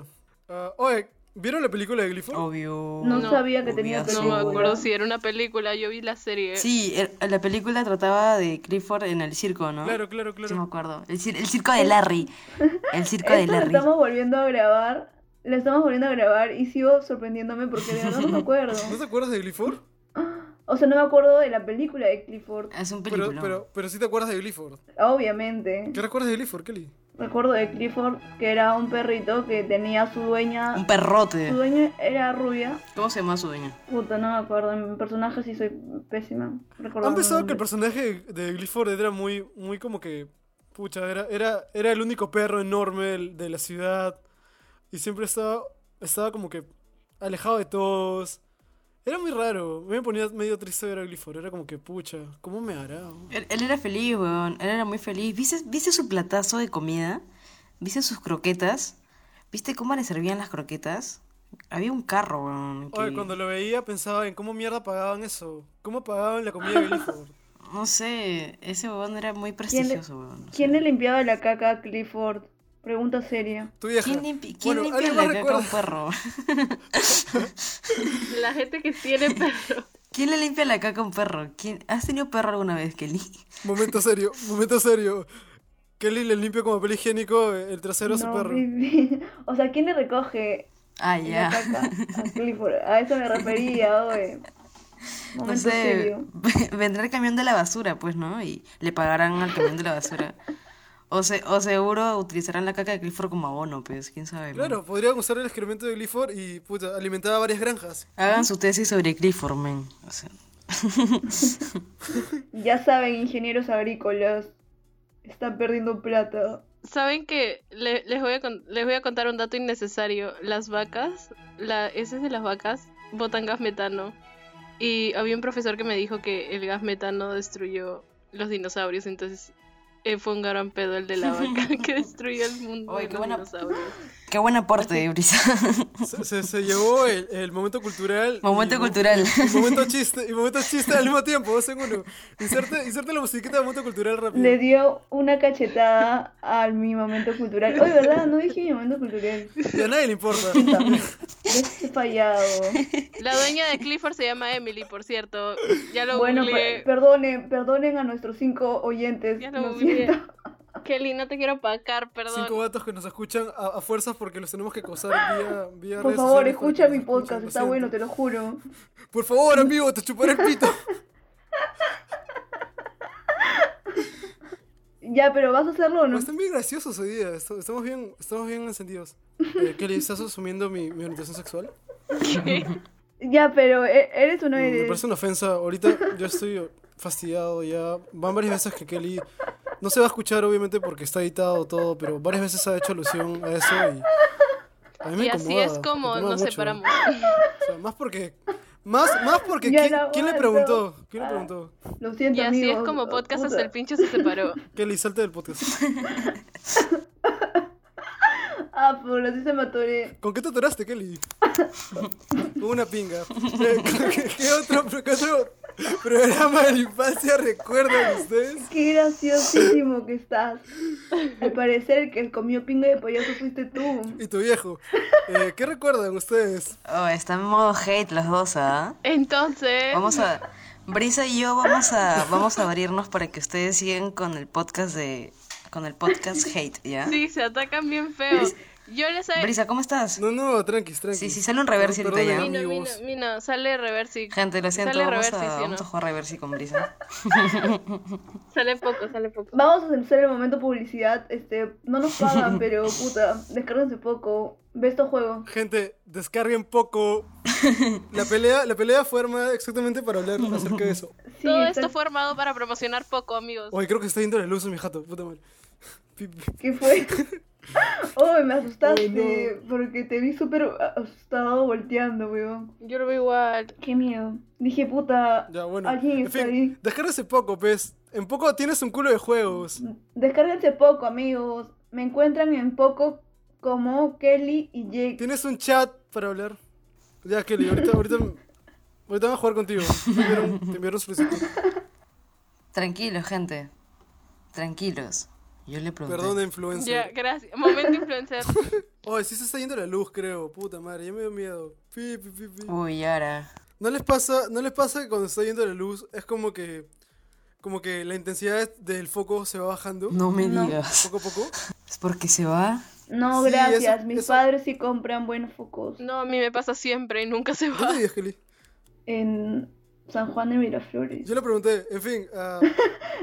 Speaker 1: Ah, oye, ¿vieron la película de Clifford?
Speaker 4: Oh, Obvio.
Speaker 2: No,
Speaker 3: No,
Speaker 2: sabía que tenía
Speaker 4: obviazo.
Speaker 3: No me
Speaker 2: película.
Speaker 3: acuerdo si era una película, yo vi la serie.
Speaker 4: Sí, er- la película trataba de Clifford en el circo, ¿no?
Speaker 1: Claro, claro, claro.
Speaker 4: Sí, me acuerdo. El, cir- el circo de Larry. El circo de
Speaker 2: Esto lo
Speaker 4: Larry.
Speaker 2: estamos volviendo a grabar. Lo estamos volviendo a grabar y sigo sorprendiéndome porque de verdad no me acuerdo.
Speaker 1: ¿No te acuerdas de Clifford?
Speaker 2: O sea, no me acuerdo de la película de Clifford,
Speaker 4: Es un
Speaker 1: Pero,
Speaker 4: película.
Speaker 1: pero, pero sí te acuerdas de Clifford.
Speaker 2: obviamente.
Speaker 1: ¿Qué recuerdas de Clifford, Kelly?
Speaker 2: Recuerdo de Clifford que era un perrito que tenía a su dueña.
Speaker 4: Un
Speaker 2: Su
Speaker 4: perrote.
Speaker 2: dueña era rubia.
Speaker 4: ¿Cómo se llama su dueño?
Speaker 2: Puta, no me acuerdo. En mi personaje sí soy pésima. Recordando
Speaker 1: ¿Han pensado que el
Speaker 2: nombres.
Speaker 1: personaje de Clifford era muy, muy como que. Pucha, era, era, era el único perro enorme del- de la ciudad. Y siempre estaba, estaba como que alejado de todos. Era muy raro. Me ponía medio triste ver a Clifford. Era como que, pucha, ¿cómo me hará?
Speaker 4: Él, él era feliz, weón. Él era muy feliz. ¿Viste, ¿Viste su platazo de comida? ¿Viste sus croquetas? ¿Viste cómo le servían las croquetas? Había un carro, weón. que-
Speaker 1: Oye, cuando lo veía pensaba en cómo mierda pagaban eso. ¿Cómo pagaban la comida de Clifford?
Speaker 4: No sé, ese weón era muy
Speaker 2: le-
Speaker 4: prestigioso, weón.
Speaker 2: ¿Quién le limpiaba la caca a Clifford? Pregunta seria.
Speaker 1: Tu vieja.
Speaker 4: ¿Quién, limpi- quién
Speaker 1: Bueno,
Speaker 4: limpia
Speaker 1: ¿alguien
Speaker 4: la
Speaker 1: más
Speaker 4: caca a
Speaker 1: recuerda?
Speaker 4: un perro?
Speaker 3: La gente que tiene perro.
Speaker 4: ¿Quién le limpia la caca a un perro? ¿Quién... ¿Has tenido perro alguna vez, Kelly?
Speaker 1: Momento serio, momento serio. Kelly le limpia como papel higiénico el trasero a su
Speaker 2: No,
Speaker 1: perro.
Speaker 2: baby. O sea, ¿quién le recoge
Speaker 4: Ah,
Speaker 2: la
Speaker 4: ya.
Speaker 2: caca a Clifford? A eso me refería, oye. Momento
Speaker 4: No sé,
Speaker 2: serio.
Speaker 4: vendrá el camión de la basura, pues, ¿no? Y le pagarán al camión de la basura. O, se, o seguro utilizarán la caca de Clifford como abono, pues, quién sabe. man.
Speaker 1: Claro, podrían usar el excremento de Clifford y puta, alimentaba varias granjas.
Speaker 4: Hagan su tesis sobre Clifford, men. O sea,
Speaker 2: Ya saben, ingenieros agrícolas. Están perdiendo plata.
Speaker 3: ¿Saben que les, voy a con- les voy a contar un dato innecesario? Las vacas, la heces de las vacas botan gas metano. Y había un profesor que me dijo que el gas metano destruyó los dinosaurios, entonces eh, fue un gran pedo el de la vaca que destruyó el mundo
Speaker 4: Oy,
Speaker 3: de
Speaker 4: qué
Speaker 3: los
Speaker 4: buena-
Speaker 3: dinosaurios.
Speaker 4: qué buen aporte, Brisa.
Speaker 1: Se, se- se llevó el, el momento cultural.
Speaker 4: Momento
Speaker 1: y-
Speaker 4: cultural.
Speaker 1: Y momento chiste, y momento chiste al mismo tiempo, dos en uno. Inserte, inserte la musiquita de momento cultural rápido.
Speaker 2: Le dio una cachetada a mi momento cultural. Oye, ¿verdad? No dije mi momento cultural.
Speaker 1: Y a nadie le importa.
Speaker 2: Este fallado.
Speaker 3: La dueña de Clifford se llama Emily, por cierto. Ya lo
Speaker 2: Bueno,
Speaker 3: googleé.
Speaker 2: per- perdonen, perdonen a nuestros cinco oyentes.
Speaker 3: Ya lo
Speaker 2: Lo
Speaker 3: googleé.
Speaker 2: siento.
Speaker 3: Kelly, no te quiero pagar, perdón.
Speaker 1: Cinco vatos que nos escuchan a, a fuerzas porque los tenemos que causar vía, vía
Speaker 2: Por
Speaker 1: redes
Speaker 2: favor,
Speaker 1: sociales para
Speaker 2: escucha
Speaker 1: que nos
Speaker 2: mi
Speaker 1: escuchen,
Speaker 2: podcast.
Speaker 1: lo
Speaker 2: Está
Speaker 1: siento.
Speaker 2: bueno, te lo juro.
Speaker 1: Por favor, amigo, te chuparé el pito.
Speaker 2: Ya, pero ¿vas a hacerlo o no?
Speaker 1: Pues están bien graciosos hoy día, est- estamos bien, estamos bien encendidos. Eh, Kelly, ¿estás asumiendo mi, mi orientación sexual?
Speaker 2: Ya, pero ¿e- ¿eres o no
Speaker 1: Mm,
Speaker 3: Eh.
Speaker 1: Me
Speaker 2: eres?
Speaker 1: parece una ofensa. Ahorita yo estoy fastidiado ya. Van varias veces que Kelly. No se va a escuchar, obviamente, porque está editado todo, pero varias veces ha hecho alusión a eso y. A mí me
Speaker 3: Y así
Speaker 1: incomoda,
Speaker 3: es
Speaker 1: me
Speaker 3: como
Speaker 1: incomoda
Speaker 3: nos
Speaker 1: mucho.
Speaker 3: separamos.
Speaker 1: O sea, más porque. Más, más porque.
Speaker 2: Ya
Speaker 1: ¿quién,
Speaker 2: no
Speaker 1: quién le
Speaker 2: aguanto.
Speaker 1: preguntó? ¿Quién le preguntó?
Speaker 2: Lo siento,
Speaker 3: Y así es
Speaker 2: amigos.
Speaker 3: como podcast hasta el
Speaker 2: Puta.
Speaker 3: pinche se separó.
Speaker 1: Kelly, salte del podcast.
Speaker 2: Ah, pero así se me atoré.
Speaker 1: ¿Con qué te atoraste, Kelly? Con una pinga. Eh, ¿Qué, qué- qué otro, qué otro Programa de la infancia, recuerdan ustedes.
Speaker 2: Qué graciosísimo que estás. Al parecer el que comió pingo de payaso fuiste tú.
Speaker 1: Y tu viejo. Eh, ¿Qué recuerdan ustedes?
Speaker 4: Oh, está en modo hate los dos, ¿ah?
Speaker 3: Entonces,
Speaker 4: Vamos a. Brisa y yo vamos a, vamos a abrirnos para que ustedes sigan con el podcast de. con el podcast hate, ¿ya?
Speaker 3: sí, se atacan bien feo. Yo les he...
Speaker 4: Brisa, ¿cómo estás?
Speaker 1: No, no, tranquis, tranquis.
Speaker 4: Sí, sí, sale un reverse
Speaker 1: Perdón,
Speaker 4: ahorita ya.
Speaker 1: perdónenme
Speaker 3: Mino,
Speaker 1: mi
Speaker 3: mino,
Speaker 1: voz.
Speaker 3: mino, sale reversi.
Speaker 4: Gente, lo siento,
Speaker 3: Sale
Speaker 4: vamos,
Speaker 3: reversi,
Speaker 4: a,
Speaker 3: ¿sí o
Speaker 4: vamos
Speaker 3: no?
Speaker 4: a jugar reversi con Brisa.
Speaker 3: Sale poco, sale poco.
Speaker 2: Vamos a censar el momento publicidad. Este, no nos pagan, pero puta, descárguense poco. Ve este estos juegos.
Speaker 1: Gente, descarguen poco. La pelea, la pelea fue armada exactamente para hablar acerca de eso.
Speaker 2: Sí,
Speaker 3: Todo
Speaker 2: está-
Speaker 3: esto fue armado para promocionar poco, amigos.
Speaker 1: Oye, creo que está yendo la luz a mi jato, puta madre. Pi- pi-
Speaker 2: ¿Qué fue? Uy, me asustaste
Speaker 1: Uy,
Speaker 2: porque te vi súper asustado volteando, weón.
Speaker 3: Yo lo veo igual.
Speaker 2: Qué miedo. Dije, puta,
Speaker 1: Ya, bueno.
Speaker 2: Alguien
Speaker 1: En
Speaker 2: está
Speaker 1: fin,
Speaker 2: ahí.
Speaker 1: descárgase poco, pez. En poco tienes un culo de juegos.
Speaker 2: descárguense poco, amigos. Me encuentran en poco como Kelly y Jake.
Speaker 1: Tienes un chat para hablar. Ya, Kelly, ahorita, ahorita, ahorita voy a jugar contigo. Te enviaron, te enviaron solicitud.
Speaker 4: Tranquilos, gente. Tranquilos. Yo le pregunté.
Speaker 1: Perdona,
Speaker 3: Ya,
Speaker 1: influencer.
Speaker 3: gracias. Momento influencer.
Speaker 1: Oye, sí se está yendo la luz, creo. Puta madre, ya me dio miedo. Pi, pi, pi, pi.
Speaker 4: Uy, ahora.
Speaker 1: ¿No les pasa, no les pasa que cuando se está yendo la luz es como que, como que la intensidad del foco se va bajando?
Speaker 4: No me
Speaker 2: No.
Speaker 4: digas.
Speaker 1: Poco a poco.
Speaker 4: Es porque se va.
Speaker 2: No,
Speaker 1: Sí,
Speaker 2: gracias.
Speaker 1: eso-
Speaker 2: Mis
Speaker 1: eso-
Speaker 2: padres sí compran buenos focos.
Speaker 3: No, a mí me pasa siempre y nunca se va.
Speaker 1: ¿Dónde vives, Kelly?
Speaker 2: En San Juan de Miraflores.
Speaker 1: Yo le pregunté. En fin, ah,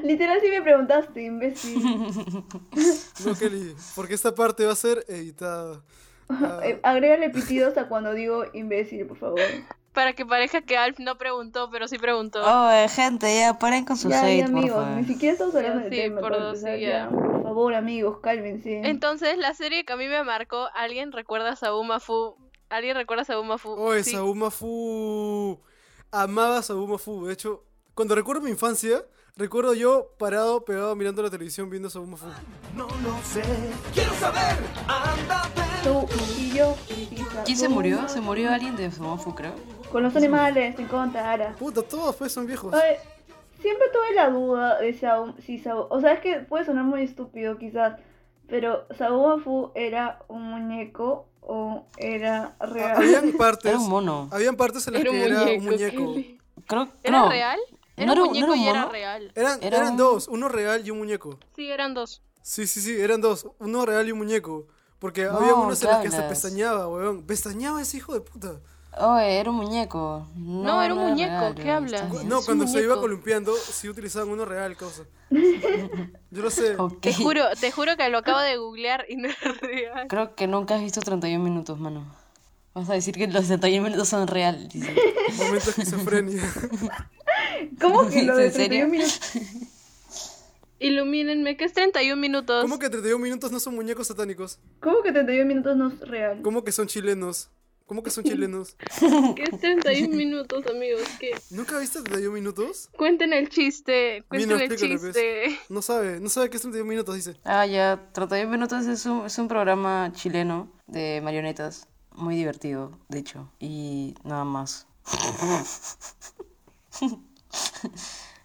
Speaker 2: Literal, sí me preguntaste, imbécil.
Speaker 1: no, Kelly, porque esta parte va a ser editada. Ah,
Speaker 2: Eh, agrégale pitidos a cuando digo imbécil, por favor.
Speaker 3: Para que parezca que Alf no preguntó, pero sí preguntó.
Speaker 4: Oh, gente, ya paren con su
Speaker 2: ya,
Speaker 4: hate,
Speaker 2: ya,
Speaker 4: por
Speaker 2: amigos,
Speaker 4: favor.
Speaker 2: ni siquiera estamos hablando
Speaker 3: Ya,
Speaker 2: del
Speaker 3: sí,
Speaker 2: tema.
Speaker 3: por
Speaker 2: para
Speaker 3: dos, sí,
Speaker 2: empezar,
Speaker 3: ya.
Speaker 2: Por favor, amigos, cálmense.
Speaker 3: Entonces, la serie que a mí me marcó, ¿alguien recuerda a Saúl Fu? ¿Alguien recuerda a Saúl Fu?
Speaker 1: Oye,
Speaker 3: Sí.
Speaker 1: Saúl Mafú. Amaba a Saúl Mafú. De hecho, cuando recuerdo mi infancia, recuerdo yo parado, pegado, mirando la televisión, viendo a Saúl Mafú.
Speaker 5: No lo sé. Quiero saber. Anda, ven.
Speaker 2: Tú y yo. y Saúl.
Speaker 4: ¿Quién se murió? Se murió alguien de Somofu, creo.
Speaker 2: Con los animales, en contra, ara.
Speaker 1: Puta, todos pues son viejos.
Speaker 2: Oye, siempre tuve la duda de Saúl, si Saúl, o sea, es que puede sonar muy estúpido quizás, pero Saúl Mafu era un muñeco o era
Speaker 1: Ah,
Speaker 2: real.
Speaker 1: Habían partes.
Speaker 4: Era un mono.
Speaker 1: Habían partes en las
Speaker 3: Era un
Speaker 1: que era un
Speaker 3: muñeco,
Speaker 1: muñeco.
Speaker 3: Kelly.
Speaker 4: Creo
Speaker 3: ¿Era
Speaker 4: no.
Speaker 3: real? Era
Speaker 4: ¿No
Speaker 3: un
Speaker 4: era- no
Speaker 3: muñeco
Speaker 4: era un
Speaker 3: y era
Speaker 4: mono?
Speaker 3: real.
Speaker 1: Eran,
Speaker 4: Era
Speaker 1: eran
Speaker 4: un-
Speaker 1: dos, uno real y un muñeco.
Speaker 3: Sí, eran dos.
Speaker 1: Sí, sí, sí, eran dos. Uno real y un muñeco. Porque
Speaker 4: No,
Speaker 1: había unos en los que
Speaker 4: ¿qué
Speaker 1: hasta
Speaker 4: hablas?
Speaker 1: pestañaba, weón. Pestañaba ese hijo de puta.
Speaker 4: Oh, era un muñeco. No,
Speaker 3: No, era un muñeco,
Speaker 4: real,
Speaker 3: ¿qué
Speaker 4: era-
Speaker 3: hablas?
Speaker 4: está bien.
Speaker 1: No,
Speaker 3: es un
Speaker 1: cuando se iba
Speaker 3: muñeco.
Speaker 1: columpiando, sí utilizaban uno real, causa. Yo lo sé.
Speaker 4: Ok.
Speaker 3: Te juro, te juro que lo acabo de googlear y no era real.
Speaker 4: Creo que nunca has visto 31 minutos, mano. Vas a decir que los 31 minutos son real. dice.
Speaker 1: Momento de esquizofrenia.
Speaker 2: ¿Cómo que lo de
Speaker 4: ¿En serio?
Speaker 2: 31 minutos?
Speaker 3: Ilumínenme, que es 31 minutos.
Speaker 1: ¿Cómo que 31 minutos no son muñecos satánicos?
Speaker 2: ¿Cómo que 31 minutos no es real?
Speaker 1: ¿Cómo que son chilenos? ¿Cómo que son chilenos?
Speaker 3: que es 31 minutos, amigos? ¿Qué?
Speaker 1: ¿Nunca viste 31 minutos?
Speaker 3: Cuenten el chiste, cuenten
Speaker 1: Mira,
Speaker 3: el
Speaker 1: explícale, pues.
Speaker 3: chiste.
Speaker 1: No sabe, no sabe qué es 31 minutos, dice.
Speaker 4: Ah, ya, 31 minutos es un, es un programa chileno de marionetas. Muy divertido, de hecho. Y nada más.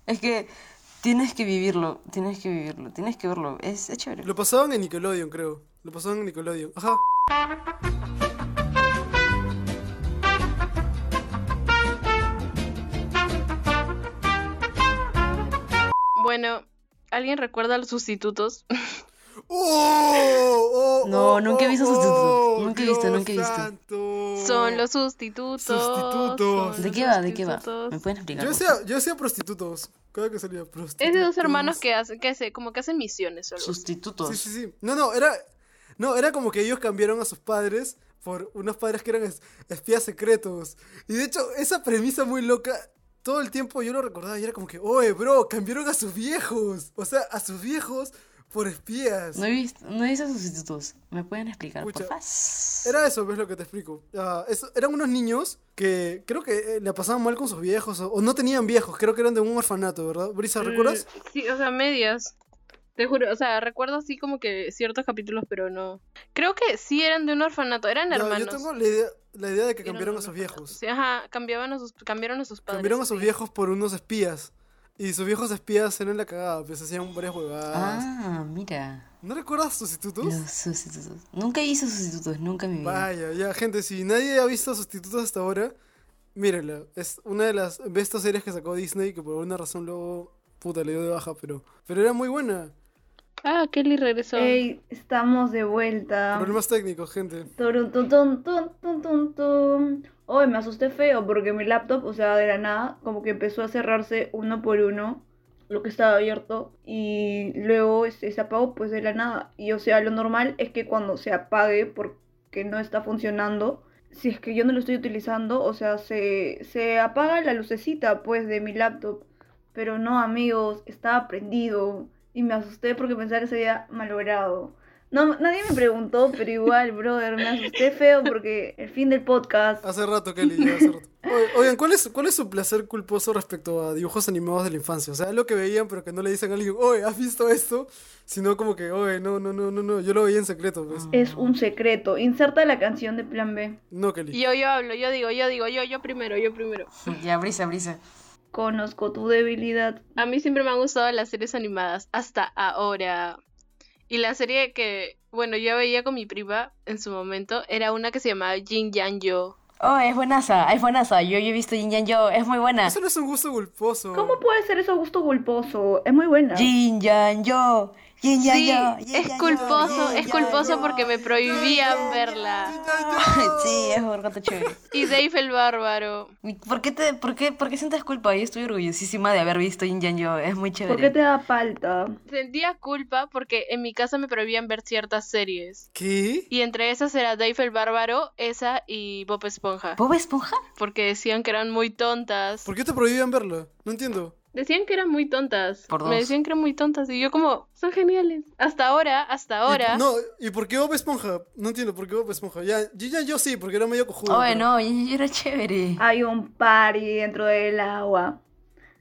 Speaker 4: es que tienes que vivirlo, tienes que vivirlo, tienes que verlo. Es, es chévere.
Speaker 1: Lo pasaban en Nickelodeon, creo. Lo pasaban en Nickelodeon. Ajá.
Speaker 3: Bueno, ¿alguien recuerda a los sustitutos?
Speaker 1: ¡Oh! ¡Oh!
Speaker 4: No,
Speaker 1: ¡Oh!
Speaker 4: nunca he visto
Speaker 1: ¡Oh!
Speaker 4: sustitutos.
Speaker 1: ¡Oh!
Speaker 4: Nunca he visto,
Speaker 1: ¡Dios
Speaker 4: nunca he visto.
Speaker 1: santo!
Speaker 3: Son los sustitutos.
Speaker 1: Sustitutos.
Speaker 3: son
Speaker 4: ¿De qué
Speaker 3: los
Speaker 4: va? ¿De qué va?
Speaker 3: sustitutos.
Speaker 4: ¿Me pueden
Speaker 1: Yo
Speaker 4: explicar? por favor?
Speaker 1: decía, yo decía prostitutos. Cada que salía prostitutos.
Speaker 3: Es de dos hermanos que hacen, que hace, como que hacen misiones solo.
Speaker 4: Sustitutos.
Speaker 1: Sí, sí, sí. No, no, era. No, era como que ellos cambiaron a sus padres por unos padres que eran es- espías secretos. Y de hecho, esa premisa muy loca. Todo el tiempo yo lo recordaba y era como que, oye, bro, cambiaron a sus viejos. O sea, a sus viejos por espías.
Speaker 4: No he visto, no he visto sustitutos. ¿Me pueden explicar, por
Speaker 1: Escucha,
Speaker 4: favor?
Speaker 1: Era eso, ves lo que te explico. Ah, eso- eran unos niños que creo que eh, la pasaban mal con sus
Speaker 3: Eh,
Speaker 1: viejos o, o no tenían viejos. Creo que eran de un orfanato, ¿verdad? Brisa, ¿recuerdas?
Speaker 3: Mm, Sí, o sea, medias. Te juro, o sea, recuerdo así como que ciertos capítulos, pero no. Creo que sí eran de un orfanato, eran
Speaker 1: No,
Speaker 3: hermanos.
Speaker 1: yo tengo la idea, la idea de que
Speaker 3: Eran
Speaker 1: cambiaron
Speaker 3: de
Speaker 1: a
Speaker 3: un
Speaker 1: sus
Speaker 3: orfanato.
Speaker 1: viejos.
Speaker 3: Sí, ajá, cambiaban a sus, cambiaron a sus padres.
Speaker 1: Cambiaron a sus viejos por unos espías. Y sus viejos espías eran la cagada, pues hacían varias huevadas.
Speaker 4: Ah, mira.
Speaker 1: ¿No recuerdas sustitutos?
Speaker 4: Los sustitutos. Nunca hice sustitutos, nunca en mi vida.
Speaker 1: Vaya, ya, gente, si nadie ha visto sustitutos hasta ahora, mírenla. Es una de las de estas series que sacó Disney que por alguna razón luego, puta, le dio de baja, pero, pero era muy buena.
Speaker 3: Ah, Kelly regresó.
Speaker 2: Ey, estamos de vuelta.
Speaker 1: Problemas técnicos, gente.
Speaker 2: Turun, tun, tun, tun, tun, tun, tun. Hoy me asusté feo porque mi laptop, o sea, de la nada, como que empezó a cerrarse uno por uno, lo que estaba abierto, y luego este, se apagó pues de la nada. Y o sea, lo normal es que cuando se apague porque no está funcionando, si es que yo no lo estoy utilizando, o sea, se, se apaga la lucecita pues de mi laptop. Pero no, amigos, estaba prendido y me asusté porque pensaba que se había malogrado. No, nadie me preguntó, pero igual, brother, me asusté feo porque el fin del podcast.
Speaker 1: Hace rato, Kelly, ya hace rato. O- Oigan, ¿cuál es, ¿cuál es su placer culposo respecto a dibujos animados de la infancia? O sea, lo que veían, pero que no le dicen a alguien, oye, ¿has visto esto? Sino como que, oye, no, no, no, no, no, yo lo veía en secreto,
Speaker 4: Ah.
Speaker 1: pues.
Speaker 2: Es un secreto. Inserta la canción de Plan B.
Speaker 1: No, Kelly.
Speaker 3: Yo, yo hablo, yo digo, yo digo, yo, yo primero, yo primero.
Speaker 4: Ya, brisa, brisa.
Speaker 2: Conozco tu debilidad.
Speaker 3: A mí siempre me han gustado las series animadas, hasta ahora. Y la serie que, bueno, yo veía con mi prima en su momento era una que se llamaba Jin Yang Yo.
Speaker 4: Oh, es buenaza, es buenaza. Yo, yo he visto Jin Yang Yo, es muy buena.
Speaker 1: Eso no es un gusto culposo.
Speaker 2: ¿Cómo puede ser eso gusto culposo? Es muy buena.
Speaker 4: Jin Yang Yo, Jin Yang
Speaker 3: Sí,
Speaker 4: Yo. Jin
Speaker 3: es
Speaker 4: Yang Yo,
Speaker 3: culposo,
Speaker 4: Jin
Speaker 3: es
Speaker 4: Yang
Speaker 3: culposo
Speaker 4: Yo.
Speaker 3: porque me prohibían verla.
Speaker 4: Sí, es un rato chévere.
Speaker 3: Y Dave el Bárbaro.
Speaker 4: ¿Por qué, te, por, qué, ¿Por qué sientes culpa? Yo estoy orgullosísima de haber visto Jin Yang Yo, es muy chévere.
Speaker 2: ¿Por qué te da falta?
Speaker 3: Sentía culpa porque en mi casa me prohibían ver ciertas series.
Speaker 1: ¿Qué?
Speaker 3: Y entre esas era Dave el Bárbaro, esa y Bob Esponja.
Speaker 4: ¿Bob Esponja?
Speaker 3: Porque decían que eran muy tontas.
Speaker 1: ¿Por qué te prohibían verla? No entiendo.
Speaker 3: Decían que eran muy tontas.
Speaker 4: Por
Speaker 3: Me
Speaker 4: dos.
Speaker 3: decían que eran muy tontas. Y yo como, son geniales. Hasta ahora, hasta ahora.
Speaker 1: ¿Y, no, ¿y por qué Bob Esponja? No entiendo por qué Bob Esponja. Ya, yo, ya yo sí, porque era medio cojudo.
Speaker 4: Oye,
Speaker 1: pero-
Speaker 4: Oh, no, Jin Yang Yo era chévere.
Speaker 3: Ah.
Speaker 2: Hay un party dentro del agua.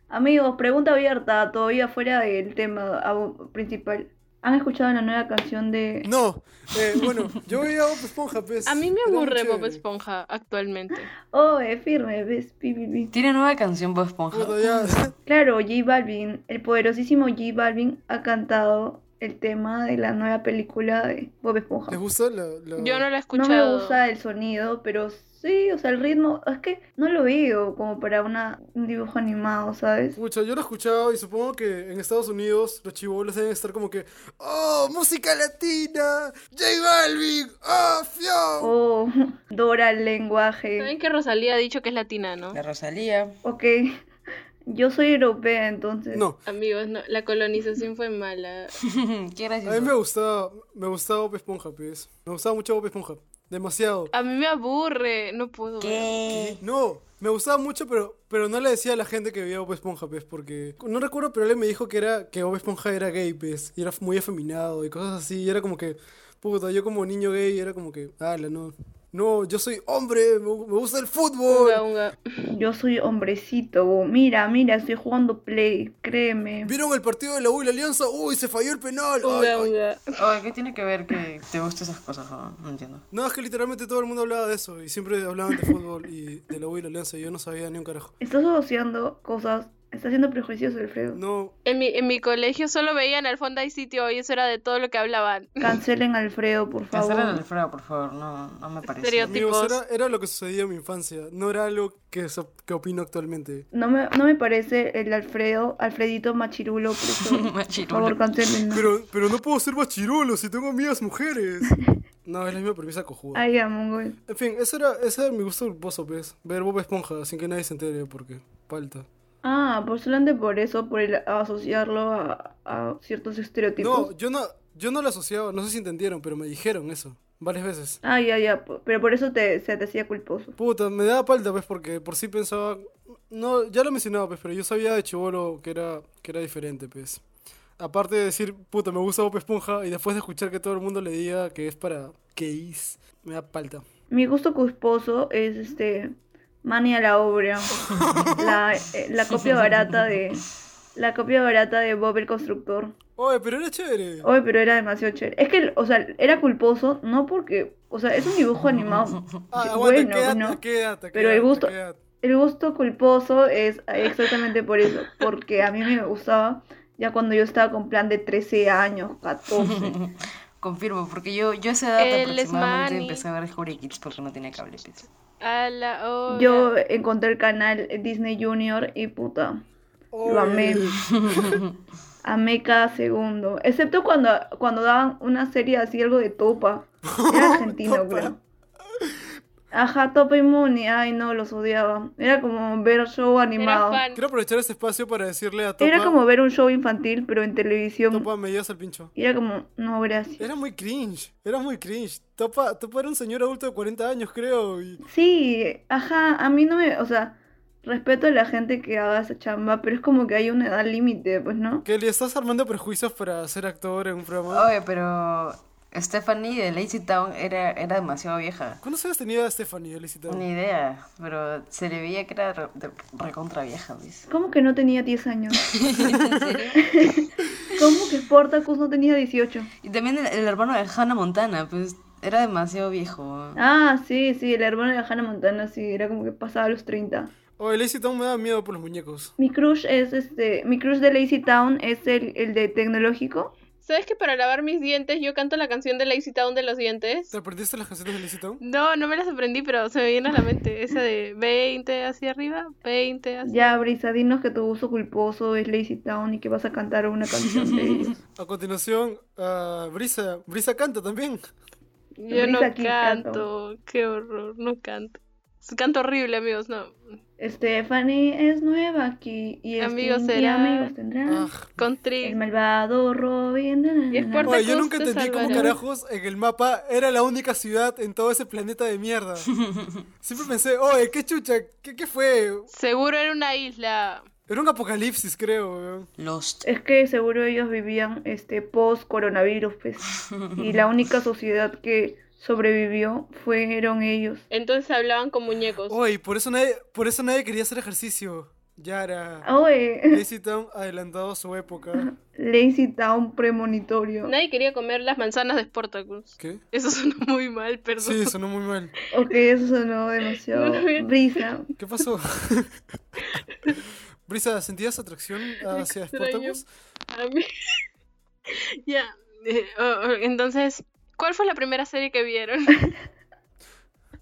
Speaker 2: Amigos, pregunta abierta, todavía fuera del tema ah, principal. ¿Han escuchado la nueva canción de...
Speaker 1: No, eh, bueno, yo veía Bob Esponja, pues.
Speaker 3: A mí me
Speaker 1: Era muy
Speaker 3: aburre Bob
Speaker 1: chévere.
Speaker 3: Esponja actualmente.
Speaker 2: Oh, eh, firme, ves, pi, pi, pi.
Speaker 4: Tiene nueva canción Bob Esponja.
Speaker 1: Puta, ya.
Speaker 2: Claro, J Balvin, el poderosísimo J Balvin ha cantado el tema de la nueva película de Bob Esponja.
Speaker 1: ¿Les gusta la, la-
Speaker 3: Yo no lo he
Speaker 2: No
Speaker 3: escuchado.
Speaker 2: me gusta el sonido, pero sí, o sea, el ritmo, es que no lo veo como para una, un dibujo animado, ¿sabes?
Speaker 1: Pucha, yo lo he escuchado y supongo que en Estados Unidos los chibolos deben estar como que ¡Oh, música latina! ¡J Balvin! ¡Oh, fio!
Speaker 2: Oh, Dora el lenguaje.
Speaker 3: Saben que Rosalía ha dicho que es latina, ¿no?
Speaker 4: La Rosalía.
Speaker 2: Ok, yo soy europea, entonces.
Speaker 1: No,
Speaker 3: Amigos, no, la colonización fue mala.
Speaker 4: ¿Qué
Speaker 1: a mí me
Speaker 4: gracioso.
Speaker 1: gustaba, me gustaba Bob Esponja, pues. Me gustaba mucho Bob Esponja. Demasiado.
Speaker 3: A mí me aburre, no puedo. ver.
Speaker 4: ¿Qué?
Speaker 1: No, me gustaba mucho, pero, pero no le decía a la gente que veía Bob Esponja, pues, porque... No recuerdo, pero él me dijo que era que Bob Esponja era gay, pues, y era muy afeminado y cosas así, y era como que... Puta, yo como niño gay era como que... ala, no! No, yo soy hombre, me, gu- me gusta el fútbol.
Speaker 3: Unga, unga.
Speaker 2: Yo soy hombrecito, mira, mira, estoy jugando play, créeme.
Speaker 1: ¿Vieron el partido de la U y la Alianza? ¡Uy, se falló el penal! Ay,
Speaker 3: Unga,
Speaker 1: ay.
Speaker 3: unga.
Speaker 4: Oye, ¿qué tiene que ver que te gusten esas cosas? No, no entiendo.
Speaker 1: No, es que literalmente todo el mundo hablaba de eso y siempre hablaban de fútbol y de la U y la Alianza y yo no sabía ni un carajo.
Speaker 2: Estás asociando cosas, estás siendo prejuicioso, Alfredo.
Speaker 1: No,
Speaker 3: En mi, en mi colegio solo veían al fondo y sitio y eso era de todo lo que hablaban.
Speaker 2: Cancelen a Alfredo, por favor.
Speaker 4: Cancelen el Alfredo, por favor. No, no me parece.
Speaker 3: Estereotipo.
Speaker 1: amigos,
Speaker 3: tipos.
Speaker 1: era, era lo que sucedía en mi infancia, no era algo que, so- que opino actualmente.
Speaker 2: No me, no me parece el Alfredo, Alfredito Machirulo, por eso, por
Speaker 4: Machirulo.
Speaker 2: favor, cancelenlo.
Speaker 1: Pero, pero no puedo ser machirulo si tengo amigas mujeres. No, es la misma premisa cojuda.
Speaker 2: Ay, Among
Speaker 1: En fin, ese era, ese era mi gusto culposo, pues. Ver Bob Esponja sin que nadie se entere porque falta.
Speaker 2: Ah, por solamente por eso, por el- asociarlo a, a ciertos
Speaker 1: No,
Speaker 2: estereotipos.
Speaker 1: yo no, yo no lo asociaba, no sé si entendieron, pero me dijeron eso varias veces.
Speaker 2: Ah, ya, ya, po- pero por eso te, se te hacía culposo.
Speaker 1: Puta, me daba palta, pues, porque por sí pensaba. No, ya lo mencionaba, pues, pero yo sabía de chivolo que era, que era diferente, pues. Aparte de decir, puta, me gusta Bob Esponja, y después de escuchar que todo el mundo le diga que es para gays, me da palta.
Speaker 2: Mi gusto culposo es este Mani a la obra. La, eh, la copia barata de. La copia barata de Bob el Constructor.
Speaker 1: Oye, pero era chévere.
Speaker 2: Oye, pero era demasiado chévere. Es que, o sea, era culposo, no porque, o sea, es un dibujo animado.
Speaker 1: Ah,
Speaker 2: que
Speaker 1: aguanta,
Speaker 2: bueno,
Speaker 1: quédate,
Speaker 2: ¿no?
Speaker 1: quédate,
Speaker 2: Pero el
Speaker 1: quédate,
Speaker 2: gusto-
Speaker 1: quédate.
Speaker 2: El gusto culposo es exactamente por eso, porque a mí me gustaba ya cuando yo estaba con plan de 13 años, 14.
Speaker 4: Confirmo, porque yo, yo a esa edad
Speaker 3: Él es
Speaker 4: aproximadamente
Speaker 3: Manny.
Speaker 4: empecé a ver Discovery Kids porque no tenía cable. pues.
Speaker 3: A la hora.
Speaker 2: Yo encontré el canal Disney Junior y puta, lo amé.
Speaker 1: Oye,
Speaker 2: Amé cada segundo, excepto cuando, cuando daban una serie así, algo de topa. Era argentino,
Speaker 1: Topa.
Speaker 2: creo. Ajá, topa y Muni, ay no, los odiaba. Era como ver show
Speaker 3: Era
Speaker 2: animado.
Speaker 3: fan.
Speaker 1: Quiero aprovechar este espacio para decirle a Topa.
Speaker 2: Era como ver un show infantil, pero en televisión.
Speaker 1: Topa, me llevas al pincho.
Speaker 2: Y Era como, no, gracias.
Speaker 1: Era muy cringe, era muy cringe. Topa, Topa era un señor adulto de 40 años, creo. Y...
Speaker 2: Sí, ajá, a mí no me, o sea, respeto a la gente que haga esa chamba, pero es como que hay una edad límite, pues, ¿no?
Speaker 1: Kelly, ¿estás armando prejuicios para ser actor en un programa?
Speaker 4: Oye, pero Stephanie de Lazy Town era, era demasiado vieja.
Speaker 1: ¿Cuándo se tenía Stephanie, Elicita?
Speaker 4: Ni idea, pero se le veía que era re- de- recontra vieja, pues.
Speaker 2: ¿Cómo que no tenía 10 años? ¿Cómo que Sportacus no tenía 18?
Speaker 4: Y también el, el hermano de Hannah Montana, pues era demasiado viejo.
Speaker 2: Ah, sí, sí, el hermano de Hannah Montana, sí, era como que pasaba los 30.
Speaker 1: Oh, Elicita me da miedo por los muñecos.
Speaker 2: Mi crush es este, mi crush de Lazy Town es el, el de tecnológico.
Speaker 3: ¿Sabes que para lavar mis dientes yo canto la canción de Lazy Town de los dientes?
Speaker 1: ¿Te aprendiste las canciones de Elicita?
Speaker 3: No, no me las aprendí, pero se me viene a la mente. Esa de 20 hacia arriba, 20 hacia
Speaker 2: Ya, Brisa, dinos que tu gusto culposo es Lazy Town y que vas a cantar una canción de ellos.
Speaker 1: A continuación, ah, Brisa. Brisa canta también.
Speaker 3: Yo no
Speaker 2: Brisa aquí
Speaker 3: canto. Qué horror, no canto. Canto horrible, amigos, no.
Speaker 2: Stephanie es nueva aquí y
Speaker 3: Amigos
Speaker 2: Stinky
Speaker 3: será.
Speaker 2: amigos tendrá.
Speaker 1: Ah.
Speaker 3: Con
Speaker 2: El
Speaker 3: Trix.
Speaker 2: malvado Robin. na, na,
Speaker 3: Y es
Speaker 2: na,
Speaker 3: por-
Speaker 2: na.
Speaker 1: Oye, yo
Speaker 3: Cortacus
Speaker 1: nunca
Speaker 3: te
Speaker 1: entendí cómo
Speaker 3: salvará.
Speaker 1: carajos en el mapa era la única ciudad en todo ese planeta de mierda. Siempre pensé, oye, qué chucha, qué, qué fue.
Speaker 3: Seguro era una isla.
Speaker 1: Era un apocalipsis, creo. weón.
Speaker 4: Lost.
Speaker 2: Es que seguro ellos vivían este post coronavirus, pues. Y la única sociedad que sobrevivió fueron ellos.
Speaker 3: Entonces hablaban con muñecos.
Speaker 1: Oye, por eso nadie, por eso nadie quería hacer ejercicio. Yara.
Speaker 2: Oye,
Speaker 1: Lazy Town adelantado a su época.
Speaker 2: Lazy Town premonitorio.
Speaker 3: Nadie quería comer las manzanas de Sportacus.
Speaker 1: ¿Qué?
Speaker 3: Eso suena muy mal, perdón.
Speaker 1: Sí, sonó muy mal.
Speaker 2: Ok, eso sonó demasiado.
Speaker 3: No lo había-
Speaker 2: Brisa.
Speaker 1: ¿Qué pasó? Brisa, ¿sentías atracción hacia
Speaker 3: Extraño.
Speaker 1: Sportacus?
Speaker 3: A mí- ya. eh, oh, oh, entonces, ¿cuál fue la primera serie que vieron?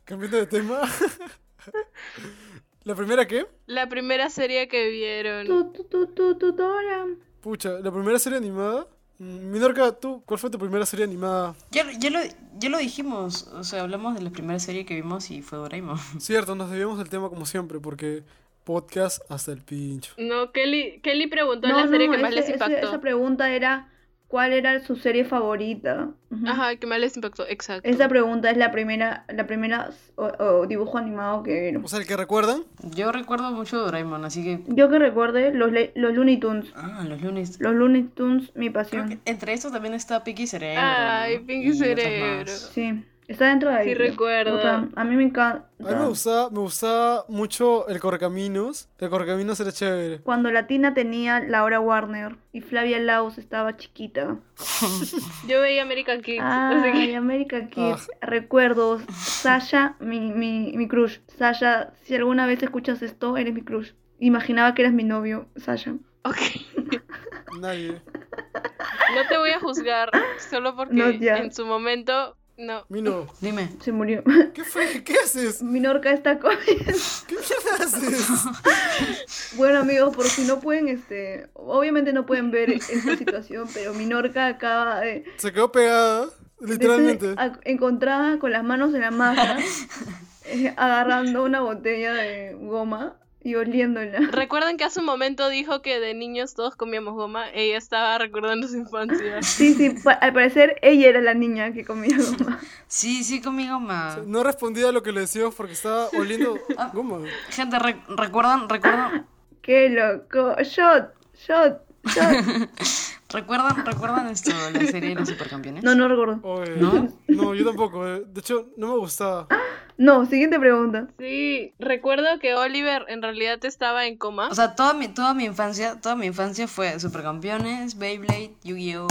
Speaker 1: Cambiando de tema. ¿La primera qué?
Speaker 3: la primera serie que vieron.
Speaker 2: Tu, tu, tu, tu, tu, Dora.
Speaker 1: Pucha, ¿la primera serie animada? Mm, Minorca, ¿tú cuál fue tu primera serie animada?
Speaker 4: Ya, ya, lo, ya lo dijimos, o sea, hablamos de la primera serie que vimos y fue Doraemon.
Speaker 1: Cierto, nos debíamos del tema como siempre, porque podcast hasta el pincho.
Speaker 3: No, Kelly, Kelly preguntó la serie que más
Speaker 2: ese-
Speaker 3: les
Speaker 2: ese-
Speaker 3: impactó.
Speaker 2: esa pregunta era ¿cuál era su serie favorita? Ujú.
Speaker 3: Ajá, que más les impactó, exacto.
Speaker 2: Esa pregunta es la primera, la primera o, o dibujo animado que
Speaker 1: O sea, el que recuerdan,
Speaker 4: Yo recuerdo mucho Doraemon, así que...
Speaker 2: Yo que recuerde, los, le- los Looney Tunes.
Speaker 4: Ah, los lunes.
Speaker 2: Los Looney Tunes, mi
Speaker 4: Creo que
Speaker 2: pasión.
Speaker 4: entre estos también está Pinky Cerebro.
Speaker 3: Ah. Ay,
Speaker 4: ¿no?
Speaker 3: Pinky
Speaker 4: Y otros
Speaker 3: Cerebro.
Speaker 4: más.
Speaker 2: Sí, está dentro de ahí.
Speaker 3: Sí,
Speaker 2: creo.
Speaker 3: recuerdo.
Speaker 2: Puta, a mí me encanta.
Speaker 1: a mí me gustaba, me gustaba mucho el Correcaminos. El Correcaminos era chévere.
Speaker 2: Cuando la tina tenía Laura Warner y Flavia Laos estaba chiquita.
Speaker 3: Yo veía American Kids.
Speaker 2: Ah,
Speaker 3: así que- Ah.
Speaker 2: Ay, America Kids. Recuerdos. Sasha, mi, mi, mi crush. Sasha, si alguna vez escuchas esto, eres mi crush. Imaginaba que eras mi novio, Sasha.
Speaker 3: Ok.
Speaker 1: Nadie.
Speaker 3: No te voy a juzgar, solo porque
Speaker 2: Not yet.
Speaker 3: en su momento. No.
Speaker 1: Mino,
Speaker 4: Dime.
Speaker 2: Se murió.
Speaker 1: ¿qué fue? ¿Qué haces?
Speaker 2: Minorca está comiendo.
Speaker 1: ¿Qué mierda haces?
Speaker 2: Bueno amigos, por si no pueden, este, obviamente no pueden ver esta situación, pero Minorca acaba de,
Speaker 1: Se quedó pegada,
Speaker 2: de ser
Speaker 1: literalmente.
Speaker 2: a- encontrada con las manos en la masa, eh, agarrando una botella de goma y oliéndola.
Speaker 3: Recuerden que hace un momento dijo que de niños todos comíamos goma. Ella estaba recordando su infancia.
Speaker 2: Sí, sí, pa- al parecer ella era la niña que comía goma.
Speaker 4: Sí, sí, conmigo más.
Speaker 1: No respondía a lo que le decíamos porque estaba oliendo goma.
Speaker 4: Gente, re- recuerdan, recuerdan,
Speaker 2: ¡Qué loco! ¡Shot! ¡Shot! ¡Shot!
Speaker 4: recuerdan, recuerdan esto, la serie de los supercampeones.
Speaker 2: No, no recuerdo.
Speaker 1: Oye,
Speaker 4: ¿No?
Speaker 1: no, yo tampoco. eh. De hecho, no me gustaba.
Speaker 2: ¿No? No, siguiente pregunta.
Speaker 3: Sí, recuerdo que Oliver en realidad estaba en coma.
Speaker 4: O sea, toda mi, toda mi infancia, toda mi infancia fue Supercampeones, Beyblade, Yu-Gi-Oh!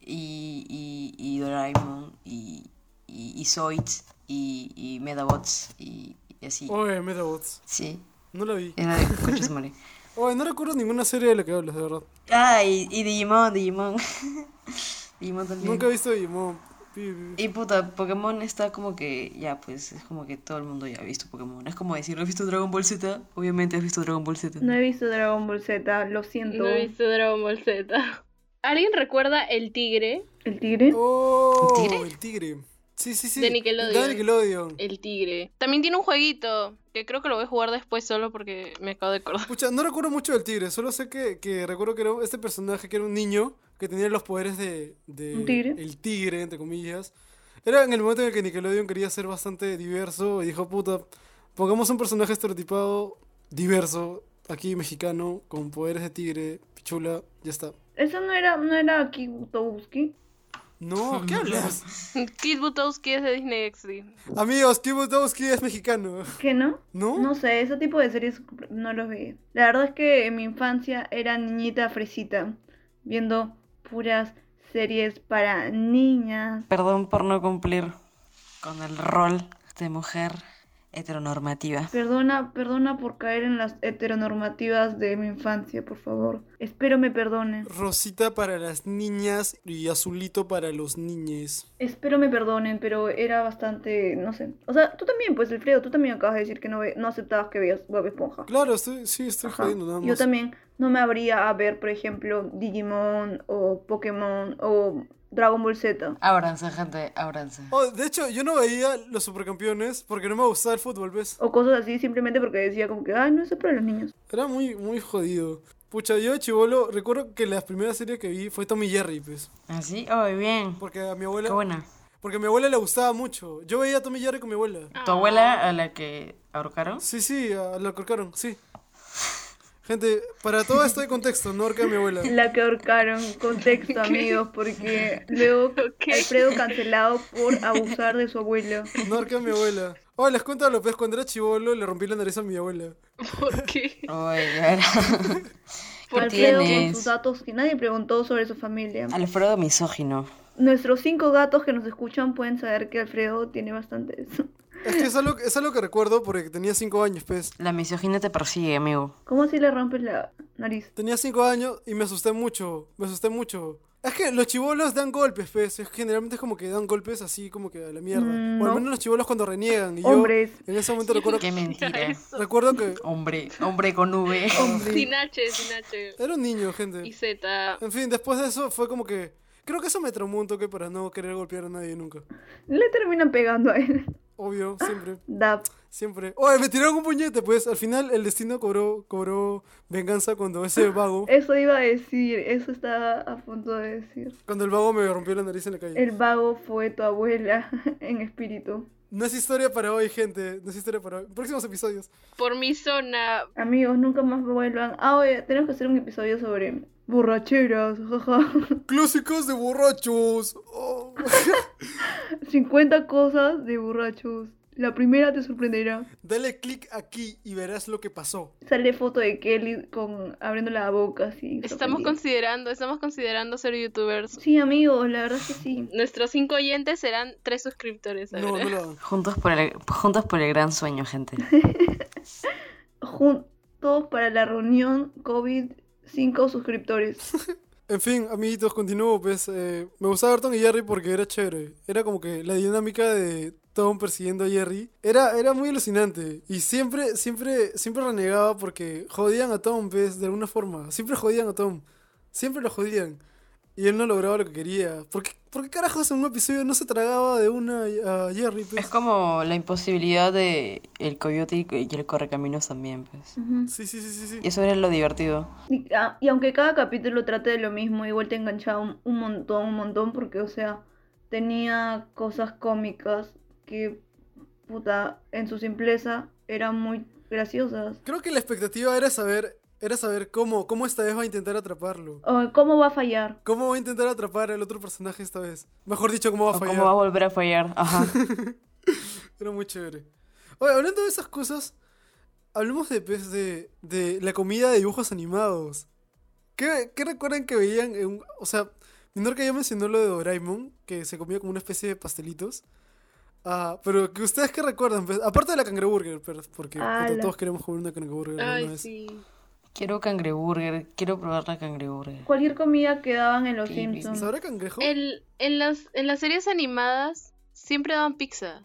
Speaker 4: y, y, y Doraemon y, y, y Zoids y, y Metabots y, y así.
Speaker 1: Oye, Metabots.
Speaker 4: Sí,
Speaker 1: No la vi.
Speaker 4: era de coches madre.
Speaker 1: Oye, no recuerdo ninguna serie de la que hablas, de verdad.
Speaker 4: Ah, y, y Digimon, Digimon. Digimon también.
Speaker 1: Nunca he visto Digimon. Pi, pi, pi.
Speaker 4: Y puta, Pokémon está como que, ya, pues es como que todo el mundo ya ha visto Pokémon. Es como decir, ¿has visto Dragon Ball Z? Obviamente has visto Dragon Ball Z.
Speaker 2: No he visto Dragon Ball Z, lo siento.
Speaker 3: No he visto Dragon Ball Z. ¿Alguien recuerda El Tigre?
Speaker 2: ¿El tigre?
Speaker 1: Oh,
Speaker 4: ¿El tigre?
Speaker 1: el tigre. Sí, sí, sí.
Speaker 3: De Nickelodeon.
Speaker 1: De Nickelodeon.
Speaker 3: El Tigre. También tiene un jueguito que creo que lo voy a jugar después solo porque me acabo de acordar.
Speaker 1: Pucha, no recuerdo mucho del tigre, solo sé que, que recuerdo que era este personaje que era un niño que tenía los poderes de, de
Speaker 2: ¿Un tigre?
Speaker 1: el tigre, entre comillas. Era en el momento en el que Nickelodeon quería ser bastante diverso y dijo, puta, pongamos un personaje estereotipado diverso, aquí mexicano, con poderes de tigre, pichula, ya está.
Speaker 2: Eso no era, no era aquí Butowski.
Speaker 1: No, ¿qué hablas?
Speaker 3: Kid Butowski es de Disney XD.
Speaker 1: Amigos, Kibutowski es mexicano.
Speaker 2: ¿Qué no?
Speaker 1: ¿No?
Speaker 2: No sé, ese tipo de series no los veía. La verdad es que en mi infancia era niñita fresita, viendo puras series para niñas.
Speaker 4: Perdón por no cumplir con el rol de mujer heteronormativa.
Speaker 2: Perdona, perdona por caer en las heteronormativas de mi infancia, por favor. Espero me perdonen.
Speaker 1: Rosita para las niñas y azulito para los niñes.
Speaker 2: Espero me perdonen, pero era bastante, no sé. O sea, tú también, pues, Alfredo, tú también acabas de decir que no, ve- no aceptabas que veas Bob Esponja.
Speaker 1: Claro, estoy, sí, estoy
Speaker 2: Ajá.
Speaker 1: jodiendo nada más.
Speaker 2: Yo también no me abría a ver, por ejemplo, Digimon o Pokémon o Dragon Ball Z.
Speaker 4: Ábranse, gente, ábranse.
Speaker 1: Oh, de hecho, yo no veía los supercampeones porque no me gustaba el fútbol, ¿ves?
Speaker 2: O cosas así, simplemente porque decía como que, ah, no, eso es para los niños.
Speaker 1: Era muy, muy jodido. Pucha, yo chivolo, recuerdo que la primera serie que vi fue Tommy Jerry, pues.
Speaker 4: ¿Así? Oh, bien.
Speaker 1: Porque a mi
Speaker 4: Qué
Speaker 1: abuela.
Speaker 4: buena.
Speaker 1: Porque a mi abuela le gustaba mucho. Yo veía a Tommy Jerry con mi abuela.
Speaker 4: ¿Tu abuela a la que ahorcaron?
Speaker 1: Sí, sí, a- la corcaron, sí. Gente, para todo esto hay contexto, no orca a mi abuela.
Speaker 2: La que ahorcaron, contexto, amigos, porque luego
Speaker 3: Ok.
Speaker 2: Alfredo cancelado por abusar de su abuelo.
Speaker 1: No orca a mi abuela. Oh, les cuento a López, cuando era chivolo le rompí la nariz a mi abuela.
Speaker 3: ¿Por qué?
Speaker 4: Oye, ya era. ¿Qué
Speaker 2: Alfredo con sus
Speaker 4: tienes?
Speaker 2: datos que nadie preguntó sobre su familia.
Speaker 4: Alfredo misógino.
Speaker 2: Nuestros cinco gatos que nos escuchan pueden saber que Alfredo tiene bastantes.
Speaker 1: Es que es algo, es algo que recuerdo porque tenía 5 años, pues.
Speaker 4: La misoginia te persigue, amigo.
Speaker 2: ¿Cómo si le rompes la nariz?
Speaker 1: Tenía 5 años y me asusté mucho, me asusté mucho. Es que los chivolos dan golpes, pues. es- Generalmente es como que dan golpes así como que a la mierda.
Speaker 2: Mm,
Speaker 1: o al
Speaker 2: no.
Speaker 1: menos los chivolos cuando reniegan. Y yo
Speaker 2: Hombres.
Speaker 1: en ese momento recuerdo,
Speaker 4: Qué mentira.
Speaker 1: recuerdo que
Speaker 4: Hombre, hombre con V.
Speaker 3: Sin H, sin H.
Speaker 1: era un niño,
Speaker 3: Y
Speaker 1: gente.
Speaker 3: Z.
Speaker 1: En fin, después de eso fue como que... Creo que eso me traumó un toque para no querer golpear a nadie nunca.
Speaker 2: Le terminan pegando a él.
Speaker 1: Obvio, siempre,
Speaker 2: Da.
Speaker 1: siempre. Oye, me tiraron un puñete, pues. Al final el destino cobró, cobró venganza cuando ese vago...
Speaker 2: Eso iba a decir, eso estaba a punto de decir.
Speaker 1: Cuando el vago me rompió la nariz en la calle.
Speaker 2: El vago fue tu abuela en espíritu.
Speaker 1: No es historia para hoy, gente. No es historia para hoy. Próximos episodios.
Speaker 3: Por mi zona.
Speaker 2: Amigos, nunca más vuelvan. Ah, oye, tenemos que hacer un episodio sobre borracheras, jaja.
Speaker 1: Clásicos de borrachos. Oh.
Speaker 2: 50 cosas de borrachos. La primera te sorprenderá.
Speaker 1: Dale clic aquí y verás lo que pasó.
Speaker 2: Sale foto de Kelly con abriendo la boca así.
Speaker 3: Estamos
Speaker 2: sorprendida.
Speaker 3: considerando, estamos considerando ser youtubers.
Speaker 2: Sí, amigos, la verdad es que sí.
Speaker 3: Nuestros cinco oyentes serán tres suscriptores.
Speaker 1: No, no
Speaker 3: ahora.
Speaker 1: lo hagan.
Speaker 4: Juntos por el, juntos por el gran sueño, gente.
Speaker 2: Juntos para la reunión COVID, 5 suscriptores.
Speaker 1: En fin, amiguitos, continúo. Pues, eh, me gustaba Barton y Jerry porque era chévere. Era como que la dinámica de Tom persiguiendo a Jerry era, era muy alucinante. Y siempre, siempre, siempre renegaba porque jodían a Tom, pues, de alguna forma. Siempre jodían a Tom. Siempre lo jodían. Y él no lograba lo que quería. ¿Por qué, por qué carajos en un episodio no se tragaba de una a Jerry?
Speaker 4: Es
Speaker 1: Pues?
Speaker 4: como la imposibilidad de el coyote y- y el correcaminos también, pues.
Speaker 2: Ujú.
Speaker 1: Sí, sí, sí, sí. sí.
Speaker 4: Y eso era lo divertido.
Speaker 2: Y, ah, y aunque cada capítulo trate de lo mismo, igual te enganchaba un, un montón, un montón, porque, o sea, tenía cosas cómicas que, puta, en su simpleza eran muy graciosas.
Speaker 1: Creo que la expectativa era saber, era saber cómo, cómo esta vez va a intentar atraparlo.
Speaker 2: O, Oh, ¿Cómo va a fallar?
Speaker 1: ¿Cómo va a intentar atrapar al otro personaje esta vez? Mejor dicho, cómo va a
Speaker 4: O
Speaker 1: fallar.
Speaker 4: cómo va a volver a fallar. Ajá.
Speaker 1: Era muy chévere. Oye, hablando de esas cosas, hablemos de, pues, de, de la comida de dibujos animados. ¿Qué, qué recuerdan que veían? en un- o sea, Minorca ya mencionó lo de Doraemon, que se comía como una especie de pastelitos. Ah, pero que ustedes qué recuerdan, pues, aparte de la cangreburger, pero- porque
Speaker 2: Ah,
Speaker 1: puta,
Speaker 2: la-
Speaker 1: todos queremos comer una cangreburger alguna
Speaker 3: Ay,
Speaker 1: vez.
Speaker 3: sí.
Speaker 4: Quiero cangreburger, quiero probar la cangreburger.
Speaker 2: Cualquier comida que daban en los
Speaker 4: Sí,
Speaker 2: Simpsons.
Speaker 1: ¿Sabrá cangrejo?
Speaker 3: El- en, las, en las series animadas siempre daban pizza.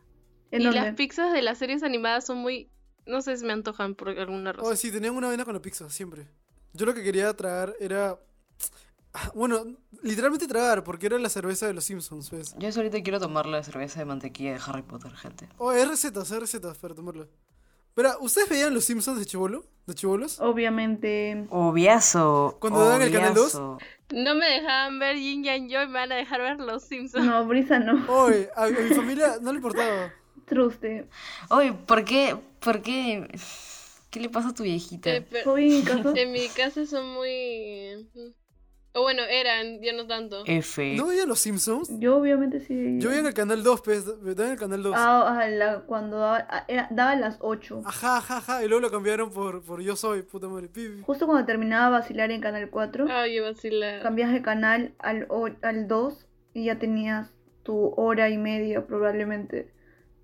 Speaker 2: ¿En
Speaker 3: y
Speaker 2: dónde?
Speaker 3: las pizzas de las series animadas son muy. No sé si me antojan por alguna razón.
Speaker 1: Oh,
Speaker 2: Pues
Speaker 1: sí, tenían una vena con la pizza, siempre. Yo lo que quería tragar era. Ah, Bueno, literalmente tragar, porque era la cerveza de los Simpsons, ¿ves?
Speaker 4: Yo ahorita quiero tomar la cerveza de mantequilla de Harry Potter, gente.
Speaker 1: Oh, hay recetas, hay recetas para tomarla. Pero, ¿ustedes veían los Simpsons de chivolo? ¿De chivolos?
Speaker 2: Obviamente.
Speaker 4: Obviazo.
Speaker 1: Cuando daban el Canal dos.
Speaker 4: obviazo.
Speaker 3: No me dejaban ver Yin Yang Yo y me van a dejar ver Los Simpsons.
Speaker 2: No, Brisa no.
Speaker 1: Oye, a, a mi familia no le importaba.
Speaker 2: Truste.
Speaker 4: Oye, ¿por qué? ¿Por qué? ¿Qué le pasa a tu viejita?
Speaker 3: Eh, pero
Speaker 2: Soy en casa.
Speaker 3: en mi casa son muy. O bueno, eran, ya no tanto.
Speaker 4: F.
Speaker 1: ¿No veían los Simpsons?
Speaker 2: Yo obviamente sí.
Speaker 1: Yo veía en el canal 2, pues. Veía en el canal 2.
Speaker 2: Ah, a la- cuando daba, a- era- daba a las 8.
Speaker 1: Ajá, ajá, ajá. Y luego lo cambiaron por, por Yo Soy, puta madre. Pibi.
Speaker 2: Justo cuando terminaba vacilar en Canal 4,
Speaker 3: Ay, yo vacilaba.
Speaker 2: cambias de canal al, o- al 2 y ya tenías tu hora y media probablemente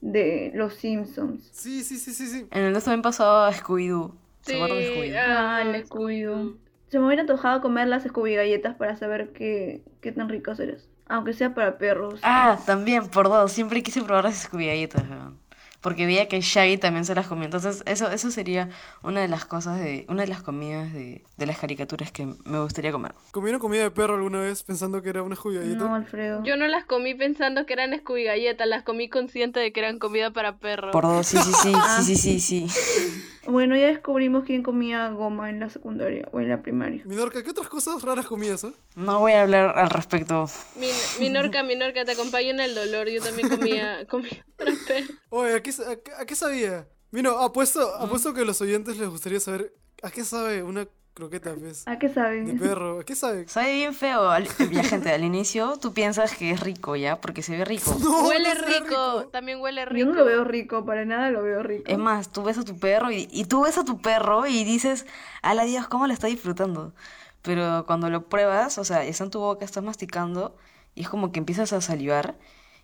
Speaker 2: de Los Simpsons.
Speaker 1: Sí, sí, sí, sí, sí.
Speaker 4: En el 2 también pasaba Scooby-Doo. ¿Se
Speaker 3: Sí,
Speaker 4: acuerdan de Scooby-Doo?
Speaker 3: ah,
Speaker 2: Ah, el
Speaker 3: Scooby-Doo.
Speaker 2: Se me hubiera antojado comer las Scooby galletas para saber qué, qué tan ricas eres. Aunque sea para perros.
Speaker 4: Ah, también, por dos. Siempre quise probar las Scooby galletas, weón. Porque veía que Shaggy también se las comía. Entonces, eso, eso sería una de las cosas de. Una de las comidas de, de las caricaturas que me gustaría comer.
Speaker 1: ¿Comieron comida de perro alguna vez pensando que era una judía?
Speaker 2: no, Alfredo.
Speaker 3: Yo no las comí pensando que eran Scooby galletas, las comí consciente de que eran comida para perros.
Speaker 4: Por dos, sí, sí, sí, sí, sí, sí, sí.
Speaker 2: Bueno, ya descubrimos quién comía goma en la secundaria o en la primaria.
Speaker 1: Minorca, ¿qué otras cosas raras comías, eh?
Speaker 4: No voy a hablar al respecto.
Speaker 3: Min- Minorca, Minorca, te acompaño en el dolor. Yo también comía, comía para perros.
Speaker 1: Oye, ¿a qué, sa- a qué- a qué sabía? Mira, apuesto, apuesto que a los oyentes les gustaría saber a qué sabe una croqueta, pues,
Speaker 2: ¿A qué
Speaker 1: de
Speaker 2: saben?
Speaker 1: perro. ¿A qué sabe?
Speaker 4: Sabe bien feo. Al- La gente, al inicio tú piensas que es rico, ¿ya? Porque se ve rico.
Speaker 1: No,
Speaker 3: huele
Speaker 1: no será
Speaker 3: rico, también huele rico.
Speaker 2: Yo no lo veo rico, para nada lo veo rico.
Speaker 4: Es más, tú ves a tu perro y, y tú ves a tu perro y dices, ala Dios, ¿cómo lo está disfrutando? Pero cuando lo pruebas, o sea, está en tu boca, estás masticando y es como que empiezas a salivar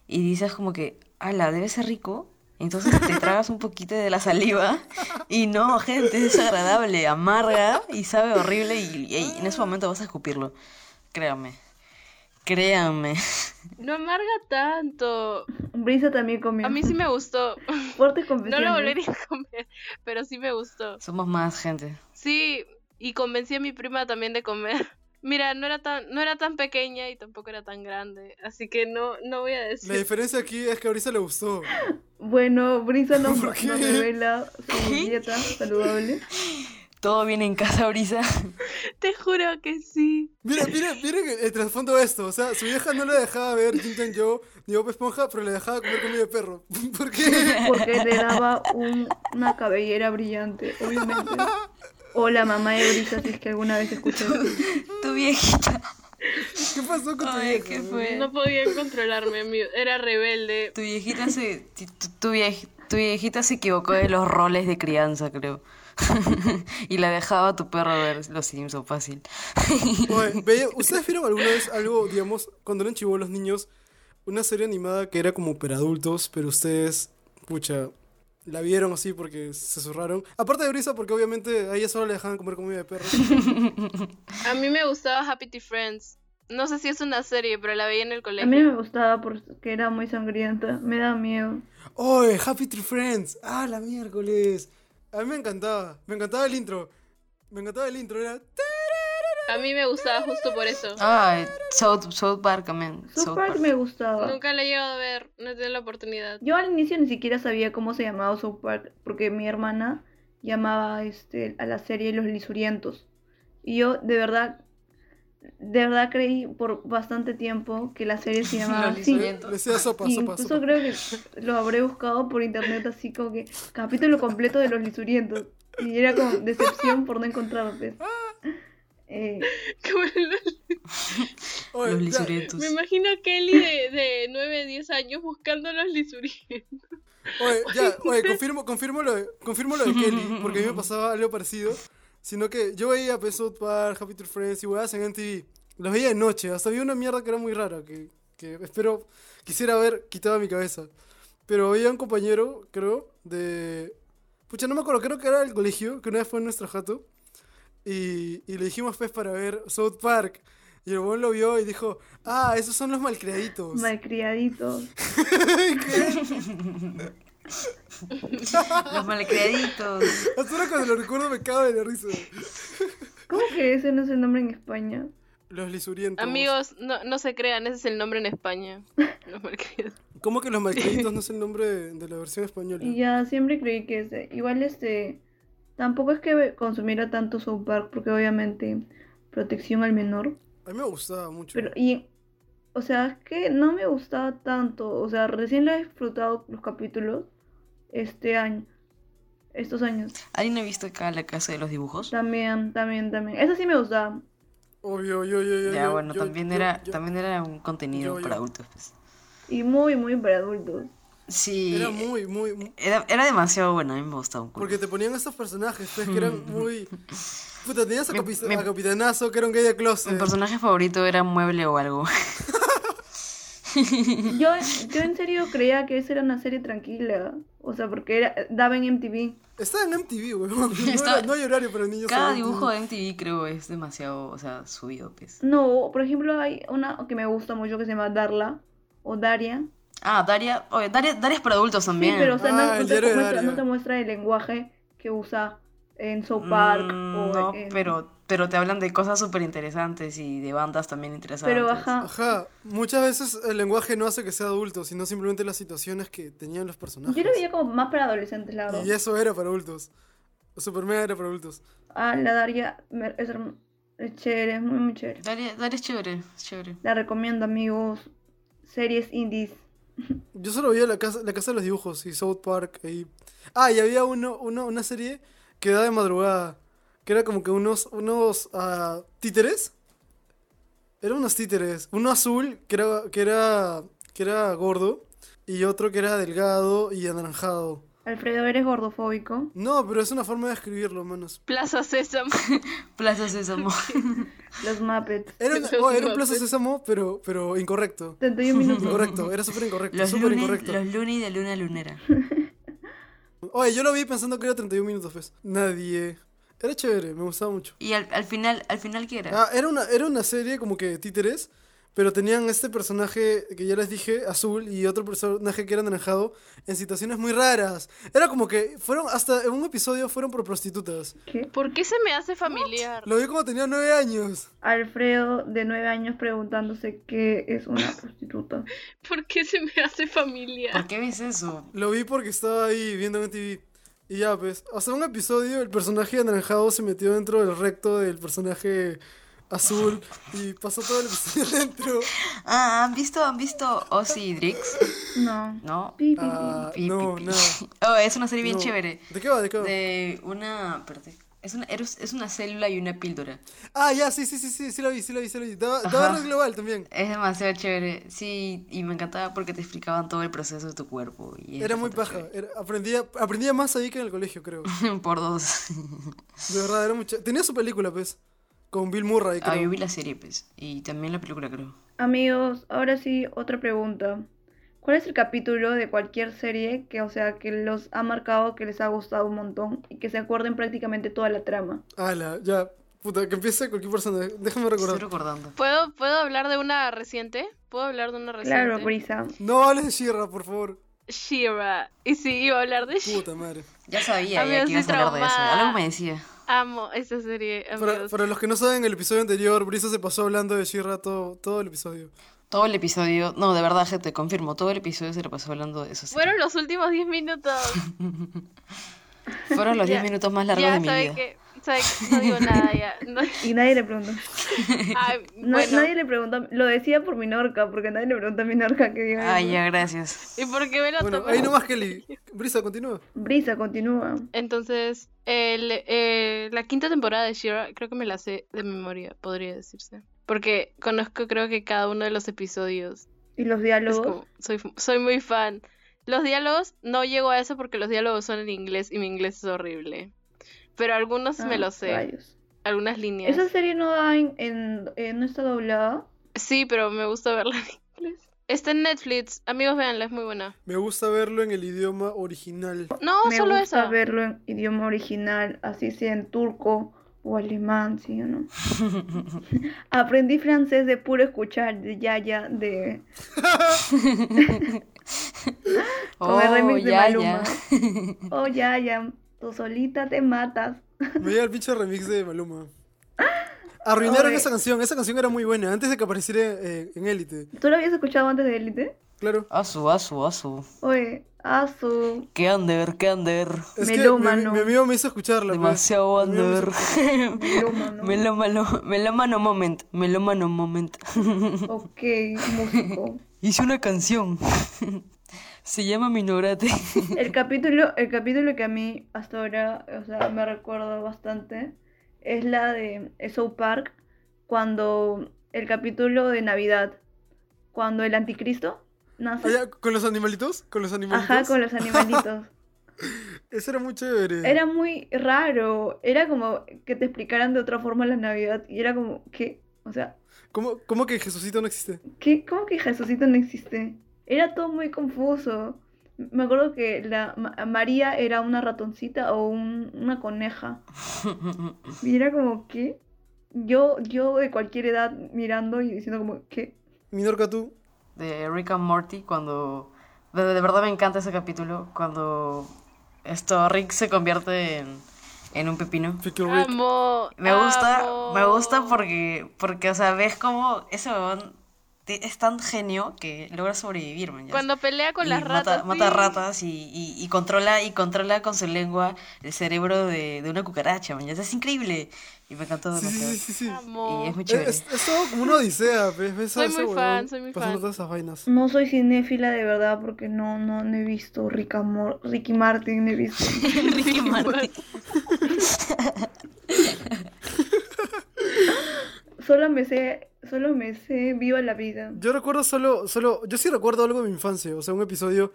Speaker 4: y dices como que, ala, debe ser rico. Entonces te tragas un poquito de la saliva y no, gente, es desagradable, amarga y sabe horrible y, y en ese momento vas a escupirlo. Créanme, créanme.
Speaker 3: No amarga tanto.
Speaker 2: Brisa también comió.
Speaker 3: A mí sí me gustó.
Speaker 2: Fuertes
Speaker 3: No
Speaker 2: confesiones.
Speaker 3: lo volvería a comer, pero sí me gustó.
Speaker 4: Somos más gente.
Speaker 3: Sí, y convencí a mi prima también de comer. Mira, no era tan, no era tan pequeña y tampoco era tan grande, así que no, no voy a
Speaker 1: La
Speaker 3: decir.
Speaker 1: diferencia aquí es que a Brisa le gustó.
Speaker 2: Bueno, Brisa nos,
Speaker 1: ¿Por qué?
Speaker 2: nos revela su dieta saludable.
Speaker 4: Todo viene en casa, Brisa.
Speaker 3: Te juro que sí.
Speaker 1: Mira, mira, mira que el trasfondo de esto. O sea, su vieja no le dejaba ver Jim Jam Joe ni Bob Esponja, pero le dejaba comer comida de perro. ¿Por qué?
Speaker 2: Porque le daba un- una cabellera brillante, obviamente. O la mamá de Brisa, si es que alguna vez escuchó.
Speaker 4: Tu viejita.
Speaker 1: ¿Qué pasó con tu
Speaker 4: Ay,
Speaker 1: vieja?
Speaker 4: ¿qué fue?
Speaker 3: No podía controlarme, mi- era rebelde.
Speaker 4: Tu viejita se. ti- Tu, tu viej- tu viejita se equivocó de los roles de crianza, creo. y la dejaba a tu perro ver los Simpsons fácil.
Speaker 1: Oye, veía- ¿Ustedes vieron alguna vez algo, digamos, cuando eran chivos los niños, una serie animada que era como para adultos, pero ustedes, pucha, la vieron así porque se zurraron? Aparte de Brisa, porque obviamente a ella solo le dejaban comer comida de perro.
Speaker 3: A mí me gustaba Happy Tea Friends. No sé si es una serie, pero la veía en
Speaker 2: A
Speaker 3: el
Speaker 2: mí no
Speaker 3: colegio.
Speaker 2: me gustaba porque era muy sangrienta, me da miedo.
Speaker 1: ¡Oye, Happy Tree Friends! ¡Ah, la miércoles! A mí me encantaba, me encantaba el intro. Me encantaba el intro, era...
Speaker 3: A mí me gustaba justo por eso.
Speaker 4: Ay, South, South Park, amén.
Speaker 2: South
Speaker 4: South
Speaker 2: Park
Speaker 4: Park.
Speaker 2: me gustaba.
Speaker 3: Nunca la he llegado a ver, no he tenido la oportunidad.
Speaker 2: Yo al inicio ni siquiera sabía cómo se llamaba South Park, porque mi hermana llamaba este, a la serie Los Lisurientos. Y yo de verdad, de verdad creí por bastante tiempo que la serie se llamaba
Speaker 4: Los
Speaker 2: así.
Speaker 1: Le
Speaker 4: Lisurientos.
Speaker 1: decía sopa,
Speaker 2: Y
Speaker 1: sopa,
Speaker 2: incluso
Speaker 1: sopa.
Speaker 2: creo que lo habré buscado por internet así como que capítulo completo de Los Lisurientos. Y era como decepción por no encontrarte. Eh,
Speaker 3: Como el-
Speaker 1: Oye, ya,
Speaker 4: Los lisurientos.
Speaker 3: Me imagino a Kelly de, de 9, 10 años buscando los lisurientos.
Speaker 1: Oye, ya, oye, confirmo, confirmo, lo de, confirmo lo de Kelly, porque a mí me pasaba algo parecido. Sino que yo veía pues, South Park, Happy Tree Friends y weas en MTV. Los veía de noche, hasta había una mierda que era muy rara, que, que espero, quisiera haber quitado de mi cabeza. Pero había un compañero, creo, de... Pucha, no me acuerdo, creo que era del colegio, que una vez fue en nuestro jato. Y, y le dijimos pues para ver South Park. Y el weón lo vio y dijo, ah, esos son los malcriaditos.
Speaker 4: Pues
Speaker 2: Malcriaditos.
Speaker 4: Los malcreditos.
Speaker 1: Hasta ahora cuando lo recuerdo me cago de la risa.
Speaker 2: ¿Cómo que ese no es el nombre en España?
Speaker 1: Los lisurientos.
Speaker 3: Amigos, no, no se crean, ese es el nombre en España. Los malcriados.
Speaker 1: ¿Cómo que los malcriaditos no es el nombre de, de la versión española?
Speaker 2: Y ya siempre creí que ese. Igual este. Tampoco es que consumiera tanto South Park, porque obviamente protección al menor.
Speaker 1: A mí me gustaba mucho.
Speaker 2: Pero, y. O sea, es que no me gustaba tanto. O sea, recién la he disfrutado los capítulos este año. Estos años.
Speaker 4: ¿Alguien ha visto acá la casa de los dibujos?
Speaker 2: También, también, también. Esa sí me gustaba.
Speaker 1: Obvio, yo, yo, yo.
Speaker 4: Ya,
Speaker 1: yo-
Speaker 4: bueno,
Speaker 1: yo-
Speaker 4: también
Speaker 1: yo-
Speaker 4: era
Speaker 1: yo-
Speaker 4: también era un contenido
Speaker 1: yo- yo-
Speaker 4: para adultos. pues.
Speaker 2: Y muy, muy para adultos.
Speaker 4: Sí.
Speaker 1: Era muy, muy, muy-
Speaker 4: Era, era demasiado bueno, a mí me gustaba un culo.
Speaker 1: Porque te ponían estos personajes, pues, que eran muy... Puta, tenías a,
Speaker 4: Me-
Speaker 1: Capit-
Speaker 4: me-
Speaker 1: a Capitanazo, que era un gay de
Speaker 4: Mi
Speaker 1: closet.
Speaker 4: personaje favorito era mueble o algo.
Speaker 2: Yo, yo en serio creía que esa era una serie tranquila. O sea, porque era, daba en MTV.
Speaker 1: Estaba en MTV, weón. No,
Speaker 4: Estaba-
Speaker 1: era- no hay horario para niños.
Speaker 4: Cada
Speaker 1: en MTV.
Speaker 4: dibujo de MTV creo es demasiado, o sea, subido, pues.
Speaker 2: No, por ejemplo, hay una que me gusta mucho que se llama Darla o Daria.
Speaker 4: Ah, Daria, oye, Daria, Daria es para adultos
Speaker 2: Sí,
Speaker 4: también.
Speaker 2: pero o sea, no-
Speaker 1: Ah,
Speaker 2: no,
Speaker 1: el
Speaker 2: te
Speaker 1: diario de
Speaker 2: muestra,
Speaker 1: Daria.
Speaker 2: no te muestra el lenguaje que usa en South Park.
Speaker 4: Mm,
Speaker 2: o
Speaker 4: no,
Speaker 2: en-
Speaker 4: pero, pero te hablan de cosas súper interesantes y de bandas también interesantes.
Speaker 2: Pero ajá,
Speaker 1: Ajá, muchas veces el lenguaje no hace que sea adulto, sino simplemente las situaciones que tenían los personajes.
Speaker 2: yo lo veía como más para adolescentes, la verdad.
Speaker 1: Y eso era para adultos. Superman era para adultos.
Speaker 2: Ah, la Daria me- es, herm- es chévere, es muy, muy chévere.
Speaker 4: Daria, Daria es chévere, es chévere.
Speaker 2: La recomiendo, amigos. Series indies.
Speaker 1: Yo solo veía la casa, la casa de los dibujos y South Park ahí. Ah, y había uno, uno- una serie que da de madrugada. Que era como que unos, unos ah, títeres. Eran unos títeres. Uno azul, que era, que era. que era gordo. Y otro que era delgado y anaranjado.
Speaker 2: Alfredo, eres gordofóbico.
Speaker 1: No, pero es una forma de escribirlo, manos.
Speaker 3: Plaza Sésamo.
Speaker 4: Plaza Sésamo.
Speaker 2: Los Muppets.
Speaker 1: Era, una-
Speaker 3: Eso es
Speaker 1: oh, era un
Speaker 3: un
Speaker 1: plazo
Speaker 3: arte.
Speaker 1: sésamo, pero, pero incorrecto.
Speaker 2: 31 minutos.
Speaker 1: Incorrecto, era súper incorrecto,
Speaker 4: Los
Speaker 1: súper
Speaker 4: lunes,
Speaker 1: incorrecto.
Speaker 4: los lunes de luna lunera.
Speaker 1: Oye, yo lo vi pensando que era 31 minutos, pues. Nadie. Era chévere, me gustaba mucho.
Speaker 4: Y al, al final, al final ¿qué era?
Speaker 1: Ah, era una, era una serie como que de títeres, pero tenían este personaje que ya les dije, azul, y otro personaje que era anaranjado, en situaciones muy raras. Era como que fueron, hasta en un episodio fueron por prostitutas.
Speaker 2: ¿Qué?
Speaker 3: ¿Por qué se me hace familiar?
Speaker 1: Lo vi como tenía nueve años.
Speaker 2: Alfredo, de 9 años, preguntándose qué es una prostituta.
Speaker 3: ¿Por qué se me hace
Speaker 4: ¿Por
Speaker 3: familiar?
Speaker 4: qué ves eso?
Speaker 1: Lo vi porque estaba ahí viendo en TV. Y ya, pues, hasta un episodio el personaje anaranjado se metió dentro del recto del personaje azul y pasó todo el episodio dentro.
Speaker 4: Ah, ¿han visto, han visto Ozzy y Drix?
Speaker 2: No.
Speaker 4: ¿No?
Speaker 2: Pi, pi, pi.
Speaker 1: Ah,
Speaker 4: Pi,
Speaker 1: no,
Speaker 4: pi,
Speaker 1: no.
Speaker 4: pi. Oh, es una serie bien
Speaker 1: no.
Speaker 4: chévere.
Speaker 1: ¿De qué va? ¿De qué va?
Speaker 4: De una. espérate. Es una, eres- es una célula y una píldora.
Speaker 1: Ah, ya, sí, sí, sí, sí, sí lo vi, sí lo vi, sí lo vi. Daba, daba
Speaker 4: Ajá.
Speaker 1: Red Global también.
Speaker 4: Es demasiado chévere. Sí, y me encantaba porque te explicaban todo el proceso de tu cuerpo. Y es
Speaker 1: Era muy
Speaker 4: bastante
Speaker 1: paja. era- aprendía, aprendía más ahí que en el colegio, creo.
Speaker 4: chévere. Por dos.
Speaker 1: De verdad, era mucha. Tenía su película, pues. Con Bill Murray,
Speaker 4: Ah, yo
Speaker 1: creo.
Speaker 4: vi la serie, pues. Y también la película, creo.
Speaker 2: Amigos, ahora sí, otra pregunta. ¿Cuál es el capítulo de cualquier serie que, o sea, que los ha marcado, que les ha gustado un montón y que se acuerden prácticamente toda la trama?
Speaker 1: Ala, ya. Puta, que empiece cualquier persona. Déjame
Speaker 4: Estoy
Speaker 1: recordar.
Speaker 4: recordando.
Speaker 3: ¿Puedo, ¿Puedo hablar de una reciente? ¿Puedo hablar de una reciente?
Speaker 2: Claro, Brisa.
Speaker 1: No hables de Shira, por favor.
Speaker 3: Shira. Y sí, iba a hablar de Shira.
Speaker 1: Puta madre.
Speaker 4: Ya sabía
Speaker 3: Amigo,
Speaker 4: ya que ibas a
Speaker 3: estoy
Speaker 4: hablar de eso.
Speaker 3: traumada.
Speaker 4: Algo me decía.
Speaker 3: Amo esa serie,
Speaker 1: Para,
Speaker 3: amigos.
Speaker 1: para los que no saben, el episodio anterior, Brisa se pasó hablando de Shira todo, todo el episodio.
Speaker 4: Todo el episodio. No, de verdad, gente, confirmo. Todo el episodio se lo pasó hablando de eso. sí.
Speaker 3: Fueron los últimos 10 minutos.
Speaker 4: Fueron los 10
Speaker 3: Ya.
Speaker 4: minutos más largos
Speaker 3: ya,
Speaker 4: de mi
Speaker 3: sabe
Speaker 4: vida.
Speaker 3: que, sabe que no digo nada ya. No-
Speaker 2: Y nadie le preguntó.
Speaker 3: Ay,
Speaker 2: Na-
Speaker 3: bueno.
Speaker 2: Nadie le preguntó. Lo decía por Minorca, porque nadie le preguntó a Minorca que diga
Speaker 3: Ah,
Speaker 4: Ay,
Speaker 2: eso.
Speaker 4: ya, gracias.
Speaker 3: ¿Y por qué me lo
Speaker 1: Bueno,
Speaker 3: tomas?
Speaker 1: ahí nomás, Kelly. Brisa, continúa.
Speaker 2: Brisa, continúa.
Speaker 3: Entonces, el, eh, la quinta temporada de Shira creo que me la sé de memoria, podría decirse. Porque conozco creo que cada uno de los episodios.
Speaker 2: Y los
Speaker 3: Es
Speaker 2: diálogos.
Speaker 3: como- soy, soy muy fan. Los diálogos, no llego a eso porque los diálogos son en inglés y mi inglés es horrible. Pero algunos me
Speaker 2: Ah,
Speaker 3: los sé,
Speaker 2: rayos.
Speaker 3: algunas líneas.
Speaker 2: Esa serie no, da en, en- eh, no está doblada.
Speaker 3: Sí, pero me gusta verla en inglés. Está en Netflix, amigos, véanla, es muy buena.
Speaker 1: Me gusta verlo en el idioma original.
Speaker 3: No,
Speaker 2: Me
Speaker 3: Oh, solo
Speaker 2: gusta
Speaker 3: esa.
Speaker 2: verlo en idioma original, así sea en turco o alemán, ¿sí o no? Aprendí francés de puro escuchar de Yaya, de Con el
Speaker 4: Oh,
Speaker 2: remix de Maluma. Oh Yaya, tú solita te matas.
Speaker 1: Me llega el pinche remix de Maluma.
Speaker 2: Ah,
Speaker 1: Arruinaron
Speaker 2: Oye.
Speaker 1: esa canción, esa canción era muy buena, antes de que apareciera eh, en Élite.
Speaker 2: ¿Tú lo habías escuchado antes de Elite?
Speaker 1: Claro.
Speaker 4: Asu, asu, asu.
Speaker 2: Oye, Azu.
Speaker 4: Qué under, qué under.
Speaker 1: Es que mi,
Speaker 2: Melómano.
Speaker 1: mi amigo me hizo escucharla. pues.
Speaker 4: Demasiado
Speaker 1: Mi amigo me hizo
Speaker 2: melómano.
Speaker 4: under. Melómano, melómano moment, melómano moment.
Speaker 2: Ok, músico.
Speaker 4: Hice una canción. Se llama Minorate.
Speaker 2: El capítulo, el capítulo que a mí hasta ahora, o sea, me recuerdo bastante, es la de South Park, cuando el capítulo de Navidad, cuando el anticristo nace,
Speaker 1: Oye, ¿Con los animalitos? ¿Con los animalitos?
Speaker 2: ajá, con los animalitos.
Speaker 1: Eso era muy chévere.
Speaker 2: Era muy raro, era como que te explicaran de otra forma la Navidad y era como, ¿qué? O sea,
Speaker 1: ¿Cómo, cómo que Jesucito no existe?
Speaker 2: ¿Qué? ¿Cómo que Jesucito no existe? Era todo muy confuso. Me acuerdo que la Ma- María era una ratoncita o un- una coneja. Y era como, ¿qué? Yo, yo de cualquier edad mirando y diciendo como, ¿qué?
Speaker 1: Minorca tú.
Speaker 4: De Rick and Morty, cuando. De, de verdad me encanta ese capítulo. Cuando. Esto, Rick se convierte en, en un pepino.
Speaker 1: Pickle Rick.
Speaker 3: Amo,
Speaker 4: Me gusta,
Speaker 3: amo.
Speaker 4: me gusta porque, porque, o sea, ves como ese huevón te- es tan genio que logra sobrevivir, man. ya.
Speaker 3: Cuando pelea con
Speaker 4: Y
Speaker 3: las
Speaker 4: mata,
Speaker 3: ratas.
Speaker 4: mata
Speaker 3: sí.
Speaker 4: ratas y, y- y controla y controla con su lengua el cerebro de, de una cucaracha, man. ya. Es increíble. Y me encantó
Speaker 1: Sí,
Speaker 4: demasiado.
Speaker 1: sí, sí, sí.
Speaker 3: Amo.
Speaker 4: Y es muy chévere.
Speaker 1: Es, es- es todo como una odisea, pues, ves a
Speaker 3: Soy
Speaker 1: ese
Speaker 3: muy
Speaker 1: huevón
Speaker 3: fan, soy muy
Speaker 1: pasando
Speaker 3: fan.
Speaker 1: todas esas vainas.
Speaker 2: No soy cinéfila de verdad porque no, no, no he visto Rick and Mor- Ricky Martin, no he visto.
Speaker 4: Ricky Martin.
Speaker 2: Solo me sé, solo me sé Viva la Vida.
Speaker 1: Yo recuerdo solo, solo, yo sí recuerdo algo de mi infancia, o sea, un episodio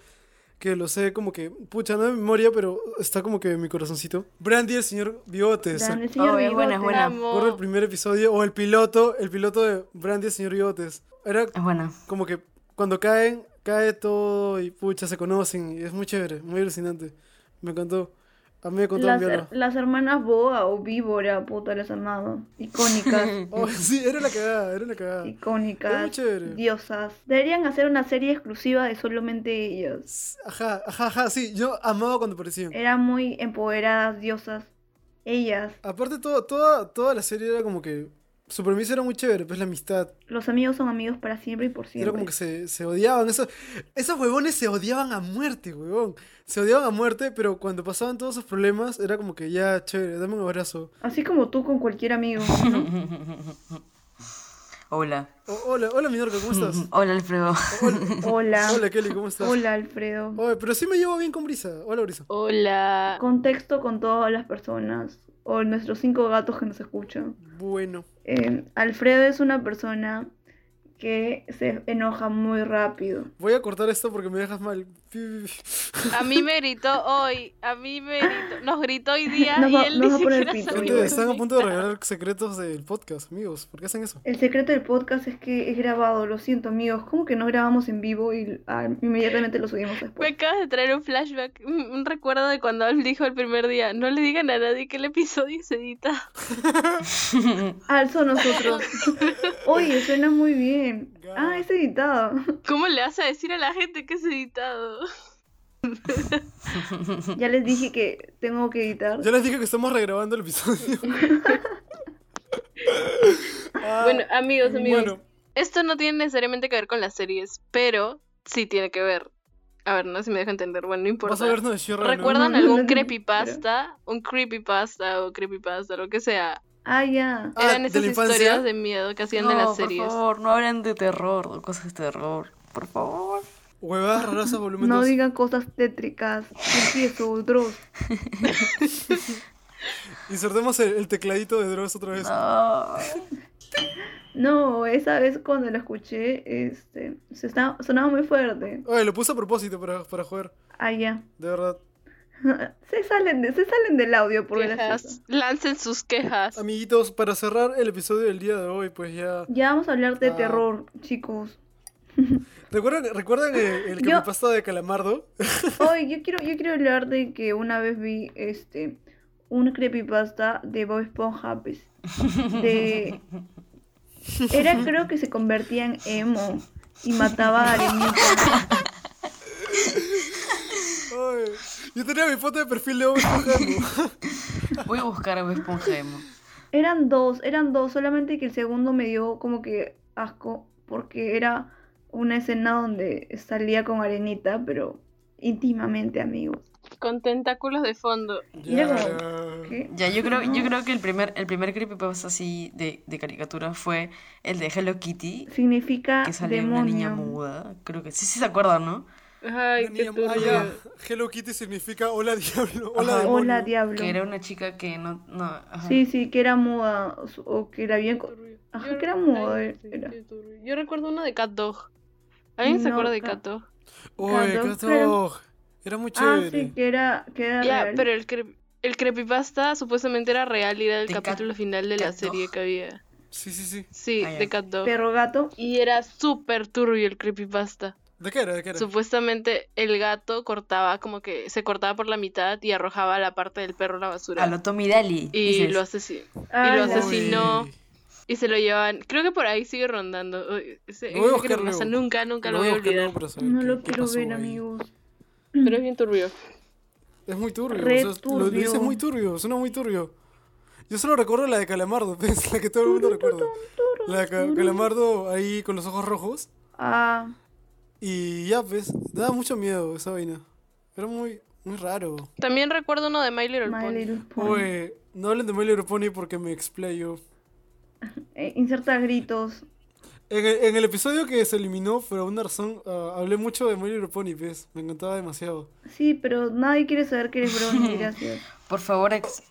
Speaker 1: que lo sé como que, pucha, no de memoria, pero está como que en mi corazoncito. Brandy, el señor Bigotes.
Speaker 2: Dan el
Speaker 4: Oh,
Speaker 2: señor
Speaker 4: es buena,
Speaker 2: Bigotes.
Speaker 4: es buena.
Speaker 3: Amo.
Speaker 1: Recuerdo el primer episodio, o el piloto, el piloto de Brandy, el señor Bigotes. Era
Speaker 4: Es bueno.
Speaker 1: como que cuando caen, cae todo y pucha, se conocen, y es muy chévere, muy alucinante. Me encantó. A mí me contaron
Speaker 2: Las,
Speaker 1: viola.
Speaker 2: las hermanas Boa o Víbora, puta, las amaba. Icónicas.
Speaker 1: Oh, sí, era la cagada, era la cagada. Era muy
Speaker 2: icónicas.
Speaker 1: chévere.
Speaker 2: Diosas. Deberían hacer una serie exclusiva de solamente ellas.
Speaker 1: Ajá, ajá, ajá, sí, yo amaba cuando aparecían.
Speaker 2: Eran muy empoderadas, diosas. Ellas.
Speaker 1: Aparte, todo, toda, toda la serie era como que. Su premisa era muy chévere, pues la amistad.
Speaker 2: Los amigos son amigos para siempre y por siempre.
Speaker 1: Era como que se, se odiaban. Esos, esos huevones se odiaban a muerte, huevón. Se odiaban a muerte, pero cuando pasaban todos sus problemas, era como que ya, chévere, dame un abrazo.
Speaker 2: Así como tú con cualquier amigo. ¿no?
Speaker 4: Hola.
Speaker 1: O- Oh, hola, hola, Minorca, ¿cómo estás?
Speaker 4: Hola, Alfredo.
Speaker 2: Hola.
Speaker 1: Hola, Kelly, ¿cómo estás?
Speaker 2: Hola, Alfredo.
Speaker 1: Oye, pero sí me llevo bien con Brisa. Hola, Brisa.
Speaker 3: Hola.
Speaker 2: Contexto con todas las personas. O nuestros cinco gatos que nos escuchan.
Speaker 1: Bueno.
Speaker 2: Eh, Alfredo es una persona que se enoja muy rápido.
Speaker 1: Voy a cortar esto porque me dejas mal.
Speaker 3: A mí me gritó hoy. A mí me gritó. Nos gritó hoy día
Speaker 2: Nos
Speaker 3: y
Speaker 2: va-
Speaker 3: él
Speaker 2: nos va
Speaker 3: ni
Speaker 2: a poner
Speaker 3: siquiera
Speaker 2: pito.
Speaker 3: sabía
Speaker 1: Gente, están a
Speaker 3: dónde
Speaker 1: punto de revelar secretos del podcast, amigos. ¿Por qué hacen eso?
Speaker 2: El secreto del podcast es que es grabado, lo siento amigos, ¿cómo que no grabamos en vivo y ah, inmediatamente lo subimos
Speaker 3: Me
Speaker 2: después?
Speaker 3: acabas de traer un flashback, un, un recuerdo de cuando Alf dijo el primer día, no le digan a nadie que el episodio se edita.
Speaker 2: Alzo nosotros. Oye, suena muy bien. Ah, es editado.
Speaker 3: ¿Cómo le vas a decir a la gente que es editado?
Speaker 2: Ya les dije que tengo que editar.
Speaker 1: Ya les dije que estamos regrabando el episodio. Ah,
Speaker 3: Bueno, amigos, amigos,
Speaker 1: bueno,
Speaker 3: esto no tiene necesariamente que ver con las series, pero sí tiene que ver. A ver, no sé si me dejo entender, bueno, no importa.
Speaker 1: vas a vernos de Shira.
Speaker 3: ¿Recuerdan
Speaker 2: No, no, no,
Speaker 3: algún
Speaker 2: no, no,
Speaker 3: creepypasta? Un creepypasta o creepypasta, lo que sea.
Speaker 2: Ah, ya.
Speaker 1: Ah,
Speaker 3: Eran
Speaker 1: ¿de
Speaker 3: esas
Speaker 1: la infancia?
Speaker 3: historias de miedo que hacían de
Speaker 4: No,
Speaker 3: las
Speaker 4: por
Speaker 3: series.
Speaker 4: favor, no hablen de terror, de cosas de terror. Por favor.
Speaker 1: Huevadas raras a volumen
Speaker 2: No
Speaker 1: 2.
Speaker 2: digan cosas tétricas. Empiezo, Dross.
Speaker 1: Insertemos el, el tecladito de Dross otra vez.
Speaker 4: No.
Speaker 2: No, esa vez cuando lo escuché, este, se está- sonaba muy fuerte.
Speaker 1: Oye, lo puse a propósito para, para jugar,
Speaker 2: Ah, ya.
Speaker 1: de verdad.
Speaker 2: se, salen de, se salen del audio por gracioso.
Speaker 3: Quejas. Lancen sus quejas.
Speaker 1: Amiguitos, para cerrar el episodio del día de hoy, pues ya.
Speaker 2: Ya vamos a hablar de
Speaker 1: Ah.
Speaker 2: terror, chicos.
Speaker 1: ¿Recuerdan, ¿recuerdan el, el
Speaker 2: Yo-
Speaker 1: creepypasta de Calamardo?
Speaker 2: Hoy yo quiero, yo quiero hablar de que una vez vi este un creepypasta de Bob Esponja, pues, de era creo que se convertía en emo y mataba a alienígenas.
Speaker 1: Ay, yo tenía mi foto de perfil de Bob Esponja.
Speaker 4: Voy a buscar a Bob Esponja Emo.
Speaker 2: Eran dos, eran dos, solamente que el segundo me dio como que asco porque era una escena donde salía con arenita, pero íntimamente, amigos.
Speaker 3: Con tentáculos de fondo.
Speaker 2: Mira como-
Speaker 1: Ya.
Speaker 2: ¿Qué?
Speaker 4: Ya, yo creo, yo creo que el primer, el primer creepypasta así de, de caricatura fue el de Hello Kitty,
Speaker 2: Significa
Speaker 4: que sale
Speaker 2: Ah, demonio.
Speaker 4: una niña muda. Creo que sí, sí se acuerdan, ¿no?
Speaker 3: Ay, qué
Speaker 1: Niña- ah, ya.
Speaker 3: turbio.
Speaker 1: Hello Kitty significa hola diablo, hola
Speaker 4: Ajá.
Speaker 1: demonio.
Speaker 2: Hola, diablo.
Speaker 4: Que era una chica que no. no ajá.
Speaker 2: Sí, sí, que era muda o su- o que la habían... co- ah,
Speaker 3: Turbio.
Speaker 2: Ajá,
Speaker 3: Yo-
Speaker 2: que era mudo,
Speaker 3: ay,
Speaker 2: eh,
Speaker 3: sí,
Speaker 2: era.
Speaker 3: qué turbio. Yo recuerdo uno de Cat Dog. ¿Alguien se
Speaker 2: No,
Speaker 3: acuerda de
Speaker 2: Cat-
Speaker 3: Cat Dog?
Speaker 1: Oye,
Speaker 2: Claro,
Speaker 1: qué
Speaker 2: claro.
Speaker 1: atroz. Era muy
Speaker 2: Ah,
Speaker 1: chévere.
Speaker 2: sí, que era, que era
Speaker 3: Ya,
Speaker 2: real.
Speaker 3: pero el, cre- el creepypasta supuestamente era real y era el
Speaker 4: De Cat-
Speaker 3: capítulo final de la
Speaker 4: Cat Dog.
Speaker 3: serie que había.
Speaker 1: sí, sí, sí.
Speaker 3: Sí,
Speaker 4: Ah, ya.
Speaker 3: de Cat Dog.
Speaker 2: Perro gato.
Speaker 3: Y era súper turbio el creepypasta.
Speaker 1: ¿De qué era? ¿De qué era?
Speaker 3: Supuestamente el gato cortaba, como que se cortaba por la mitad y arrojaba la parte del perro a la basura.
Speaker 4: A lo Tommy Daly.
Speaker 3: Y lo, asesin-
Speaker 2: Ah,
Speaker 3: lo
Speaker 2: la-
Speaker 3: asesino. asesinó.
Speaker 1: Uy.
Speaker 3: y se lo llevaban. Creo que por ahí sigue rondando. Uy, ese-
Speaker 1: Lo voy a
Speaker 3: ese
Speaker 1: buscar
Speaker 3: creepypasta
Speaker 1: luego.
Speaker 3: nunca, nunca lo
Speaker 1: Lo
Speaker 3: voy a
Speaker 1: buscar luego
Speaker 3: olvidar.
Speaker 1: para saber
Speaker 2: No
Speaker 1: qué-
Speaker 2: lo
Speaker 1: qué
Speaker 2: quiero
Speaker 1: pasó
Speaker 2: ver,
Speaker 1: ahí.
Speaker 2: amigos.
Speaker 3: Pero es bien turbio.
Speaker 1: Es muy turbio.
Speaker 2: Re
Speaker 1: o sea, lo- Lo, dices
Speaker 2: turbio.
Speaker 1: muy turbio, suena muy turbio. Yo solo recuerdo la de Calamardo, es la que todo el mundo recuerda. La de Ca- Calamardo ahí con los ojos rojos.
Speaker 2: Ah,
Speaker 1: Y ya, pues, daba mucho miedo esa vaina. Era muy, muy raro.
Speaker 3: También recuerdo uno de My Little
Speaker 2: My
Speaker 3: Pony.
Speaker 2: Little Pony.
Speaker 1: Oye, no hablen de My Little Pony porque me explayo.
Speaker 2: Eh, inserta gritos.
Speaker 1: En el, en el episodio que se eliminó, por alguna razón, ah, hablé mucho de My Little Pony, pues. Me encantaba demasiado.
Speaker 2: Sí, pero nadie quiere saber que eres Brony, gracias.
Speaker 4: Por favor, ex...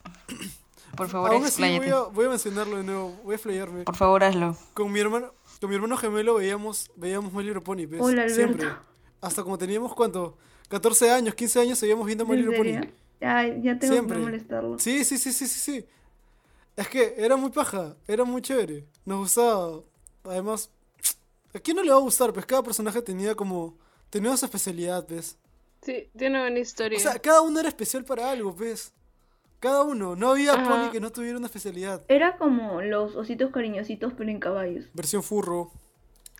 Speaker 4: Por favor,
Speaker 1: Aún así, voy
Speaker 4: expláyate.
Speaker 1: a, voy a mencionarlo de nuevo. Voy a explayarme.
Speaker 4: Por favor, hazlo.
Speaker 1: Con mi hermano, con mi hermano gemelo veíamos, veíamos My Little Pony, ¿ves?
Speaker 2: Hola, Alberto.
Speaker 1: Siempre. Hasta como teníamos cuánto, 14 años, 15 años seguíamos viendo My
Speaker 2: ¿En
Speaker 1: Little
Speaker 2: serio?
Speaker 1: Pony.
Speaker 2: Ay, ya tengo
Speaker 1: Siempre.
Speaker 2: que no molestarlo.
Speaker 1: Sí, sí, sí, sí, sí, sí. Es que era muy paja, era muy chévere. Nos gustaba. Además, ¿a quién no le va a gustar? Pues cada personaje tenía como. tenía su especialidad, pues. ¿ves?
Speaker 3: Sí, tiene buena historia.
Speaker 1: O sea, cada uno era especial para algo, ¿ves? Cada uno. No había
Speaker 3: Ajá.
Speaker 1: pony que no tuviera una especialidad.
Speaker 2: Era como los ositos cariñositos, pero en caballos.
Speaker 1: Versión furro.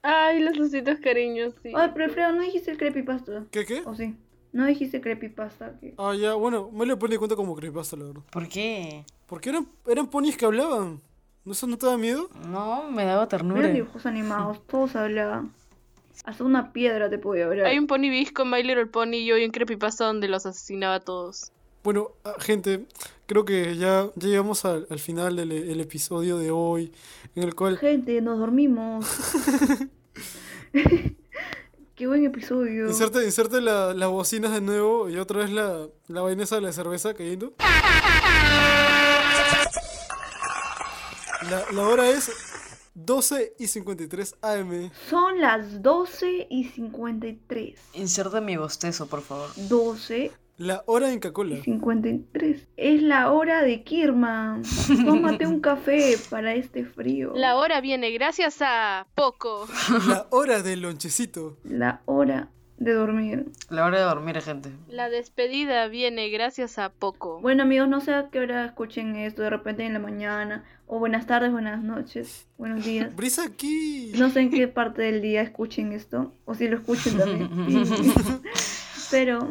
Speaker 3: Ay, los ositos cariños, sí.
Speaker 2: Ay, pero Alfredo, ¿no dijiste el creepypasta?
Speaker 1: ¿Qué, qué?
Speaker 2: ¿O sí? ¿No dijiste creepypasta? que-
Speaker 1: Ah, ya, bueno, My Little Pony cuenta como creepypasta, la verdad.
Speaker 4: ¿Por qué?
Speaker 1: Porque eran, eran ponis que hablaban. ¿No ¿Eso no te da miedo?
Speaker 4: No, me daba
Speaker 2: No
Speaker 4: ternura.
Speaker 2: eran dibujos animados, todos hablaban. Hasta una piedra te podía hablar.
Speaker 3: Hay un Pony Bis con My Little Pony y hoy un creepypasta donde los asesinaba a todos.
Speaker 1: Bueno, ah, gente, creo que ya, ya llegamos al, al final del e- el episodio de hoy, en el cual...
Speaker 2: Gente, nos dormimos. Qué buen episodio.
Speaker 1: Inserte, inserte la- las bocinas de nuevo y otra vez la, la vaina esa de la cerveza cayendo. La, la hora es 12 y 53 AM.
Speaker 2: Son las 12 y 53.
Speaker 4: Inserta mi bostezo, por favor.
Speaker 2: 12
Speaker 1: La hora en
Speaker 2: y
Speaker 1: Coca-Cola.
Speaker 2: 53. Es la hora de Kirman. Tómate un café para este frío.
Speaker 3: La hora viene gracias a Poco.
Speaker 1: La hora del lonchecito.
Speaker 2: La hora de dormir.
Speaker 4: La hora de dormir, gente.
Speaker 3: La despedida viene gracias a Poco.
Speaker 2: Bueno amigos, no sé a qué hora escuchen esto, de repente en la mañana, o buenas tardes, buenas noches, buenos días.
Speaker 1: Brisa aquí.
Speaker 2: No sé en qué parte del día escuchen esto, o si lo escuchen también. Pero...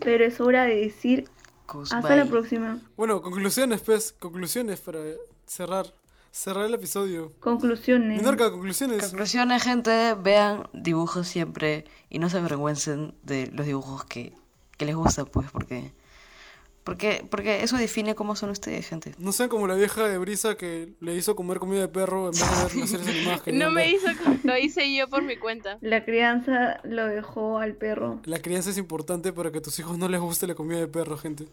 Speaker 2: Pero es hora de decir
Speaker 4: Pues
Speaker 2: hasta la
Speaker 4: Goodbye.
Speaker 2: próxima.
Speaker 1: Bueno, conclusiones, pues. Conclusiones para cerrar. Cerrar el episodio.
Speaker 2: Conclusiones.
Speaker 1: Minorca, conclusiones.
Speaker 4: Conclusiones, gente, vean dibujos siempre y no se avergüencen de los dibujos que, que les gustan, pues, porque Porque, porque eso define cómo son ustedes, gente.
Speaker 1: No sean como la vieja de brisa que le hizo comer comida de perro en vez de ver las series animadas que
Speaker 3: No
Speaker 1: querían
Speaker 3: me
Speaker 1: ver.
Speaker 3: hizo, co- lo hice yo por mi cuenta.
Speaker 2: La crianza lo dejó al perro.
Speaker 1: La crianza es importante para que a tus hijos no les guste la comida de perro, gente.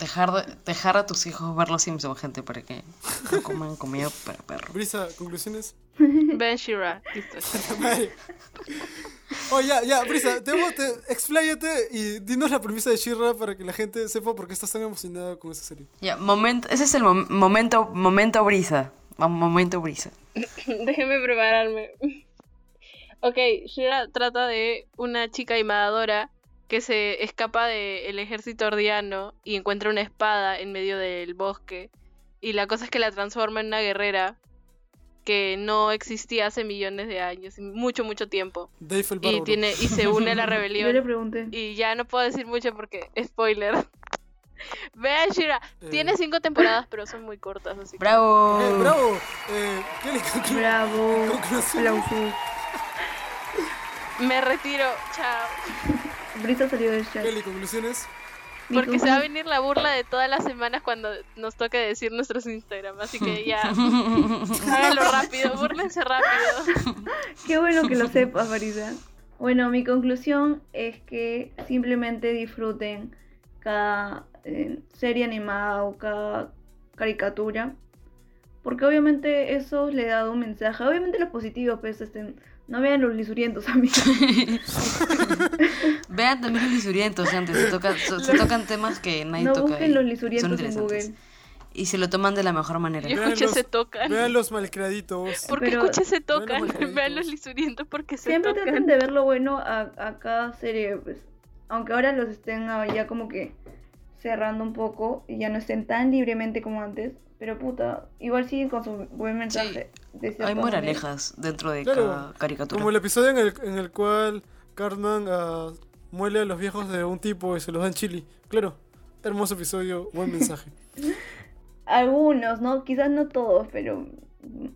Speaker 4: Dejar, de- dejar a tus hijos ver los Simpsons, gente, para que no coman comida para perro.
Speaker 1: Brisa, ¿conclusiones?
Speaker 3: Ben Shira, listo.
Speaker 1: Puta madre. Oh, ya, ya, Brisa, te, te- expláyate y dinos la premisa de Shira para que la gente sepa por qué estás tan emocionada con esa serie.
Speaker 4: Ya, momento, ese es el mom- momento, momento brisa. Mo- Momento brisa.
Speaker 3: Déjeme prepararme. Ok, Shira trata de una chica invadora que se escapa del ejército ordiano y encuentra una espada en medio del bosque. Y la cosa es que la transforma en una guerrera que no existía hace millones de años, mucho, mucho tiempo.
Speaker 1: Dave el
Speaker 3: Y,
Speaker 1: Bárbaro.
Speaker 3: tiene, y se une a la
Speaker 2: Yo le
Speaker 3: rebelión.
Speaker 2: pregunté.
Speaker 3: Y ya no puedo decir mucho porque, spoiler. Vean, Shira,
Speaker 1: Eh.
Speaker 3: tiene cinco temporadas, pero son muy cortas, así que-
Speaker 4: ¡Bravo!
Speaker 1: Eh, ¡Bravo! Eh, ¿Qué le conclu-
Speaker 2: Bravo.
Speaker 1: conclusiones?
Speaker 2: Aplausos.
Speaker 3: Me retiro, chao.
Speaker 2: Brisa salió del chat.
Speaker 1: Kelly, conclusiones.
Speaker 3: Porque
Speaker 2: Dijo,
Speaker 3: se va a venir la burla de todas las semanas cuando nos toque decir nuestros Instagram. Así que ya, háganlo rápido, búrlense rápido.
Speaker 2: Qué bueno que lo sepas, Marisa. Bueno, mi conclusión es que simplemente disfruten cada eh, serie animada o cada caricatura. Porque obviamente eso le da un mensaje. Obviamente los positivos, pues, este, no vean los lisurientos, amigos.
Speaker 4: Vean también los lisurientos, gente. Se, toca- so- se tocan temas que nadie
Speaker 2: No
Speaker 4: toca. y
Speaker 2: busquen los
Speaker 4: son
Speaker 2: lisurientos en
Speaker 4: interesantes.
Speaker 2: Google.
Speaker 4: Y se lo toman de la mejor manera.
Speaker 3: Yo escuché se tocan.
Speaker 1: Vean los malcriaditos.
Speaker 3: Porque
Speaker 2: Pero-
Speaker 3: escuché se
Speaker 1: Bueno,
Speaker 3: tocan.
Speaker 1: pues,
Speaker 3: Vean los lisurientos porque se
Speaker 2: Siempre tratan
Speaker 3: tocan.
Speaker 2: de ver lo bueno a, a cada serie, pues. Aunque ahora los estén ah, ya como que cerrando un poco y ya no estén tan libremente como antes. Pero puta, igual siguen con su buen mensaje. de cierta
Speaker 4: Hay
Speaker 2: manera.
Speaker 4: moralejas dentro de
Speaker 1: Claro,
Speaker 4: cada caricatura.
Speaker 1: Como el episodio en el, en el cual Cartman ah, muele a los viejos de un tipo y se los dan chili. Claro, hermoso episodio, buen mensaje.
Speaker 2: Algunos, ¿no? Quizás no todos, pero mm,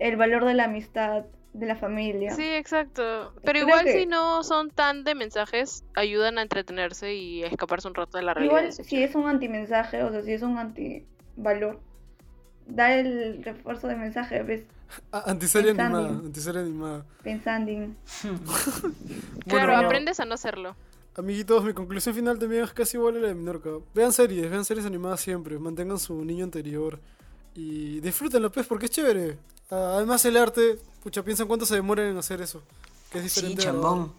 Speaker 2: el valor de la amistad, de la familia.
Speaker 3: Sí, exacto. Pero
Speaker 2: Creo
Speaker 3: igual
Speaker 2: que-
Speaker 3: si no son tan de mensajes, ayudan a entretenerse y a escaparse un rato de la realidad.
Speaker 2: igual si es un antimensaje, o sea, si es un antivalor, da el refuerzo de mensaje, ves,
Speaker 1: Ah, antiserie
Speaker 2: Está
Speaker 1: animada,
Speaker 2: bien.
Speaker 1: antiserie animada.
Speaker 2: pensando en...
Speaker 3: Claro,
Speaker 1: Bueno,
Speaker 3: aprendes a no hacerlo.
Speaker 1: Amiguitos, mi conclusión final también es casi igual a la de Minorca. Vean series, vean series animadas siempre, mantengan su niño interior y disfruten la pez porque es chévere. Ah, además el arte, pucha, piensen cuánto se demoran en hacer eso. Que es
Speaker 4: Sí,
Speaker 1: diferente. a-
Speaker 4: chambón.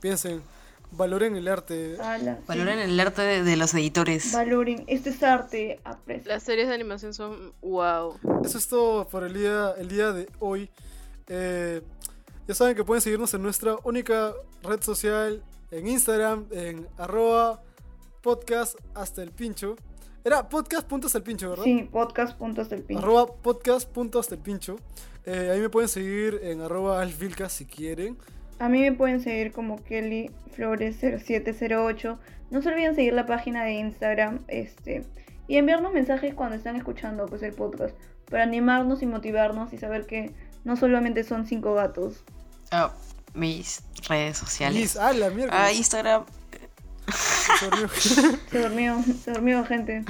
Speaker 1: Piensen, valoren el arte.
Speaker 2: ala, sí.
Speaker 4: Valoren el arte de, de los editores.
Speaker 2: Valoren, este es arte, aprecio.
Speaker 3: Las series de animación son wow.
Speaker 1: Eso es todo por el día, el día de hoy. Eh, ya saben que pueden seguirnos en nuestra única red social, en Instagram, en arroba podcast hasta el pincho. Era podcast punto hasta el pincho, ¿verdad?
Speaker 2: Sí, podcast puntos del pinche.
Speaker 1: Arroba podcast punto hasta el pincho. Eh, ahí me pueden seguir en arroba alfilca si quieren.
Speaker 2: A mí me pueden seguir como Kelly Flores 0708. No se olviden seguir la página de Instagram, este, y enviarnos mensajes cuando están escuchando pues el podcast para animarnos y motivarnos y saber que no solamente son cinco gatos.
Speaker 4: Ah, mis redes sociales.
Speaker 1: Liz, ah, la mierda.
Speaker 4: Ah, Instagram.
Speaker 1: Se durmió.
Speaker 2: Se durmió, se durmió gente.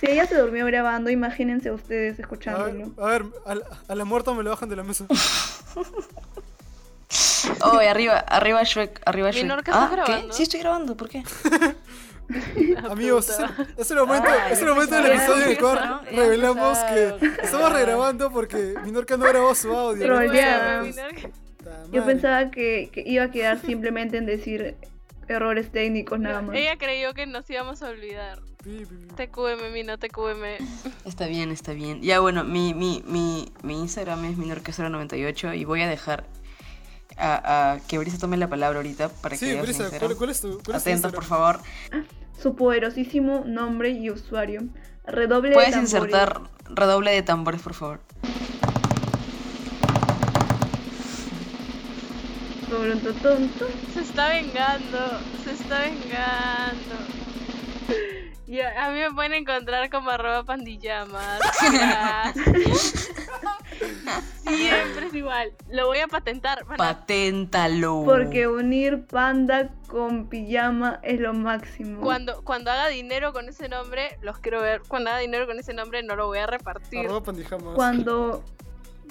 Speaker 2: Si ella se durmió grabando, imagínense ustedes
Speaker 1: a ver,
Speaker 2: escuchándolo.
Speaker 1: a, ver, a la, a la muerta me lo bajan de la mesa.
Speaker 4: Oh, y arriba, arriba Shrek, arriba Shrek.
Speaker 3: Minorca,
Speaker 4: ah,
Speaker 3: ¿estás
Speaker 4: ¿qué?
Speaker 3: grabando?
Speaker 4: Sí, estoy grabando, ¿por qué?
Speaker 1: Amigos, es el, es el momento,
Speaker 4: Ay,
Speaker 1: es el momento del
Speaker 4: ya
Speaker 1: episodio en el cual
Speaker 4: empezaron, ya
Speaker 1: revelamos que
Speaker 4: empezaron.
Speaker 1: estamos regrabando porque Minorca no grabó su audio.
Speaker 2: Troll.
Speaker 1: ¿no?
Speaker 2: Troleadas.
Speaker 1: Puta madre.
Speaker 2: Yo pensaba que, que iba a quedar simplemente en decir errores técnicos nada más.
Speaker 3: Ella creyó que nos íbamos a olvidar.
Speaker 1: Pi, pi, pi.
Speaker 3: TQM, Mina, TQM.
Speaker 4: Está bien, está bien. Ya bueno, mi, mi, mi, mi Instagram es minorca098 y voy a dejar a, a que Brisa tome la palabra ahorita para que
Speaker 1: Sí,
Speaker 4: veas mi
Speaker 1: Brisa,
Speaker 4: Instagram.
Speaker 1: ¿cuál, cuál es tu cuál es tu
Speaker 4: Atentos,
Speaker 1: Instagram?
Speaker 4: por favor.
Speaker 2: Su poderosísimo nombre y usuario. Redoble de
Speaker 4: Puedes
Speaker 2: tambores.
Speaker 4: insertar redoble de tambores, por favor.
Speaker 2: Tun, tun, tun, tun.
Speaker 3: Se está vengando, se está vengando. Y a, a mí me pueden encontrar como arroba pandillama. Gracias. Siempre es igual. Lo voy a patentar. van a-
Speaker 4: Paténtalo.
Speaker 2: Porque unir panda con pijama es lo máximo.
Speaker 3: Cuando, cuando haga dinero con ese nombre, los quiero ver. Cuando haga dinero con ese nombre, no lo voy a repartir.
Speaker 1: Arroba pandijamas.
Speaker 2: Cuando,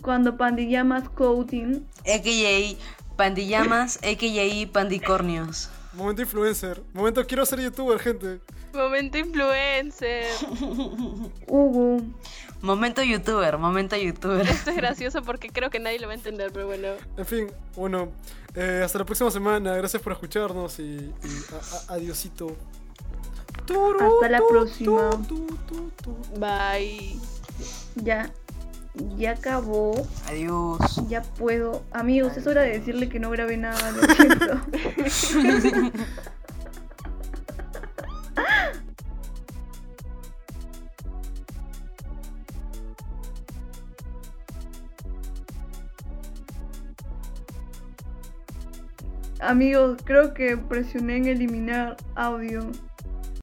Speaker 2: cuando pandillamas coating,
Speaker 4: AKA Pandillamas, AKA Pandicornios.
Speaker 1: Momento influencer. Momento quiero ser youtuber, gente.
Speaker 3: Momento influencer.
Speaker 2: Hugo,
Speaker 4: Momento youtuber, momento youtuber.
Speaker 3: Esto es gracioso porque creo que nadie lo va a entender, pero bueno.
Speaker 1: En fin, bueno. eh, hasta la próxima semana. Gracias por escucharnos y, y a- a- adiosito. Turu,
Speaker 2: Hasta la
Speaker 1: tu,
Speaker 2: próxima.
Speaker 1: tu, tu, tu, tu.
Speaker 3: Bye.
Speaker 2: ya, ya acabó,
Speaker 4: Adiós.
Speaker 2: ya puedo. Amigos, es hora de decirle que no grabé nada, lo siento. Amigos, creo que presioné en eliminar audio.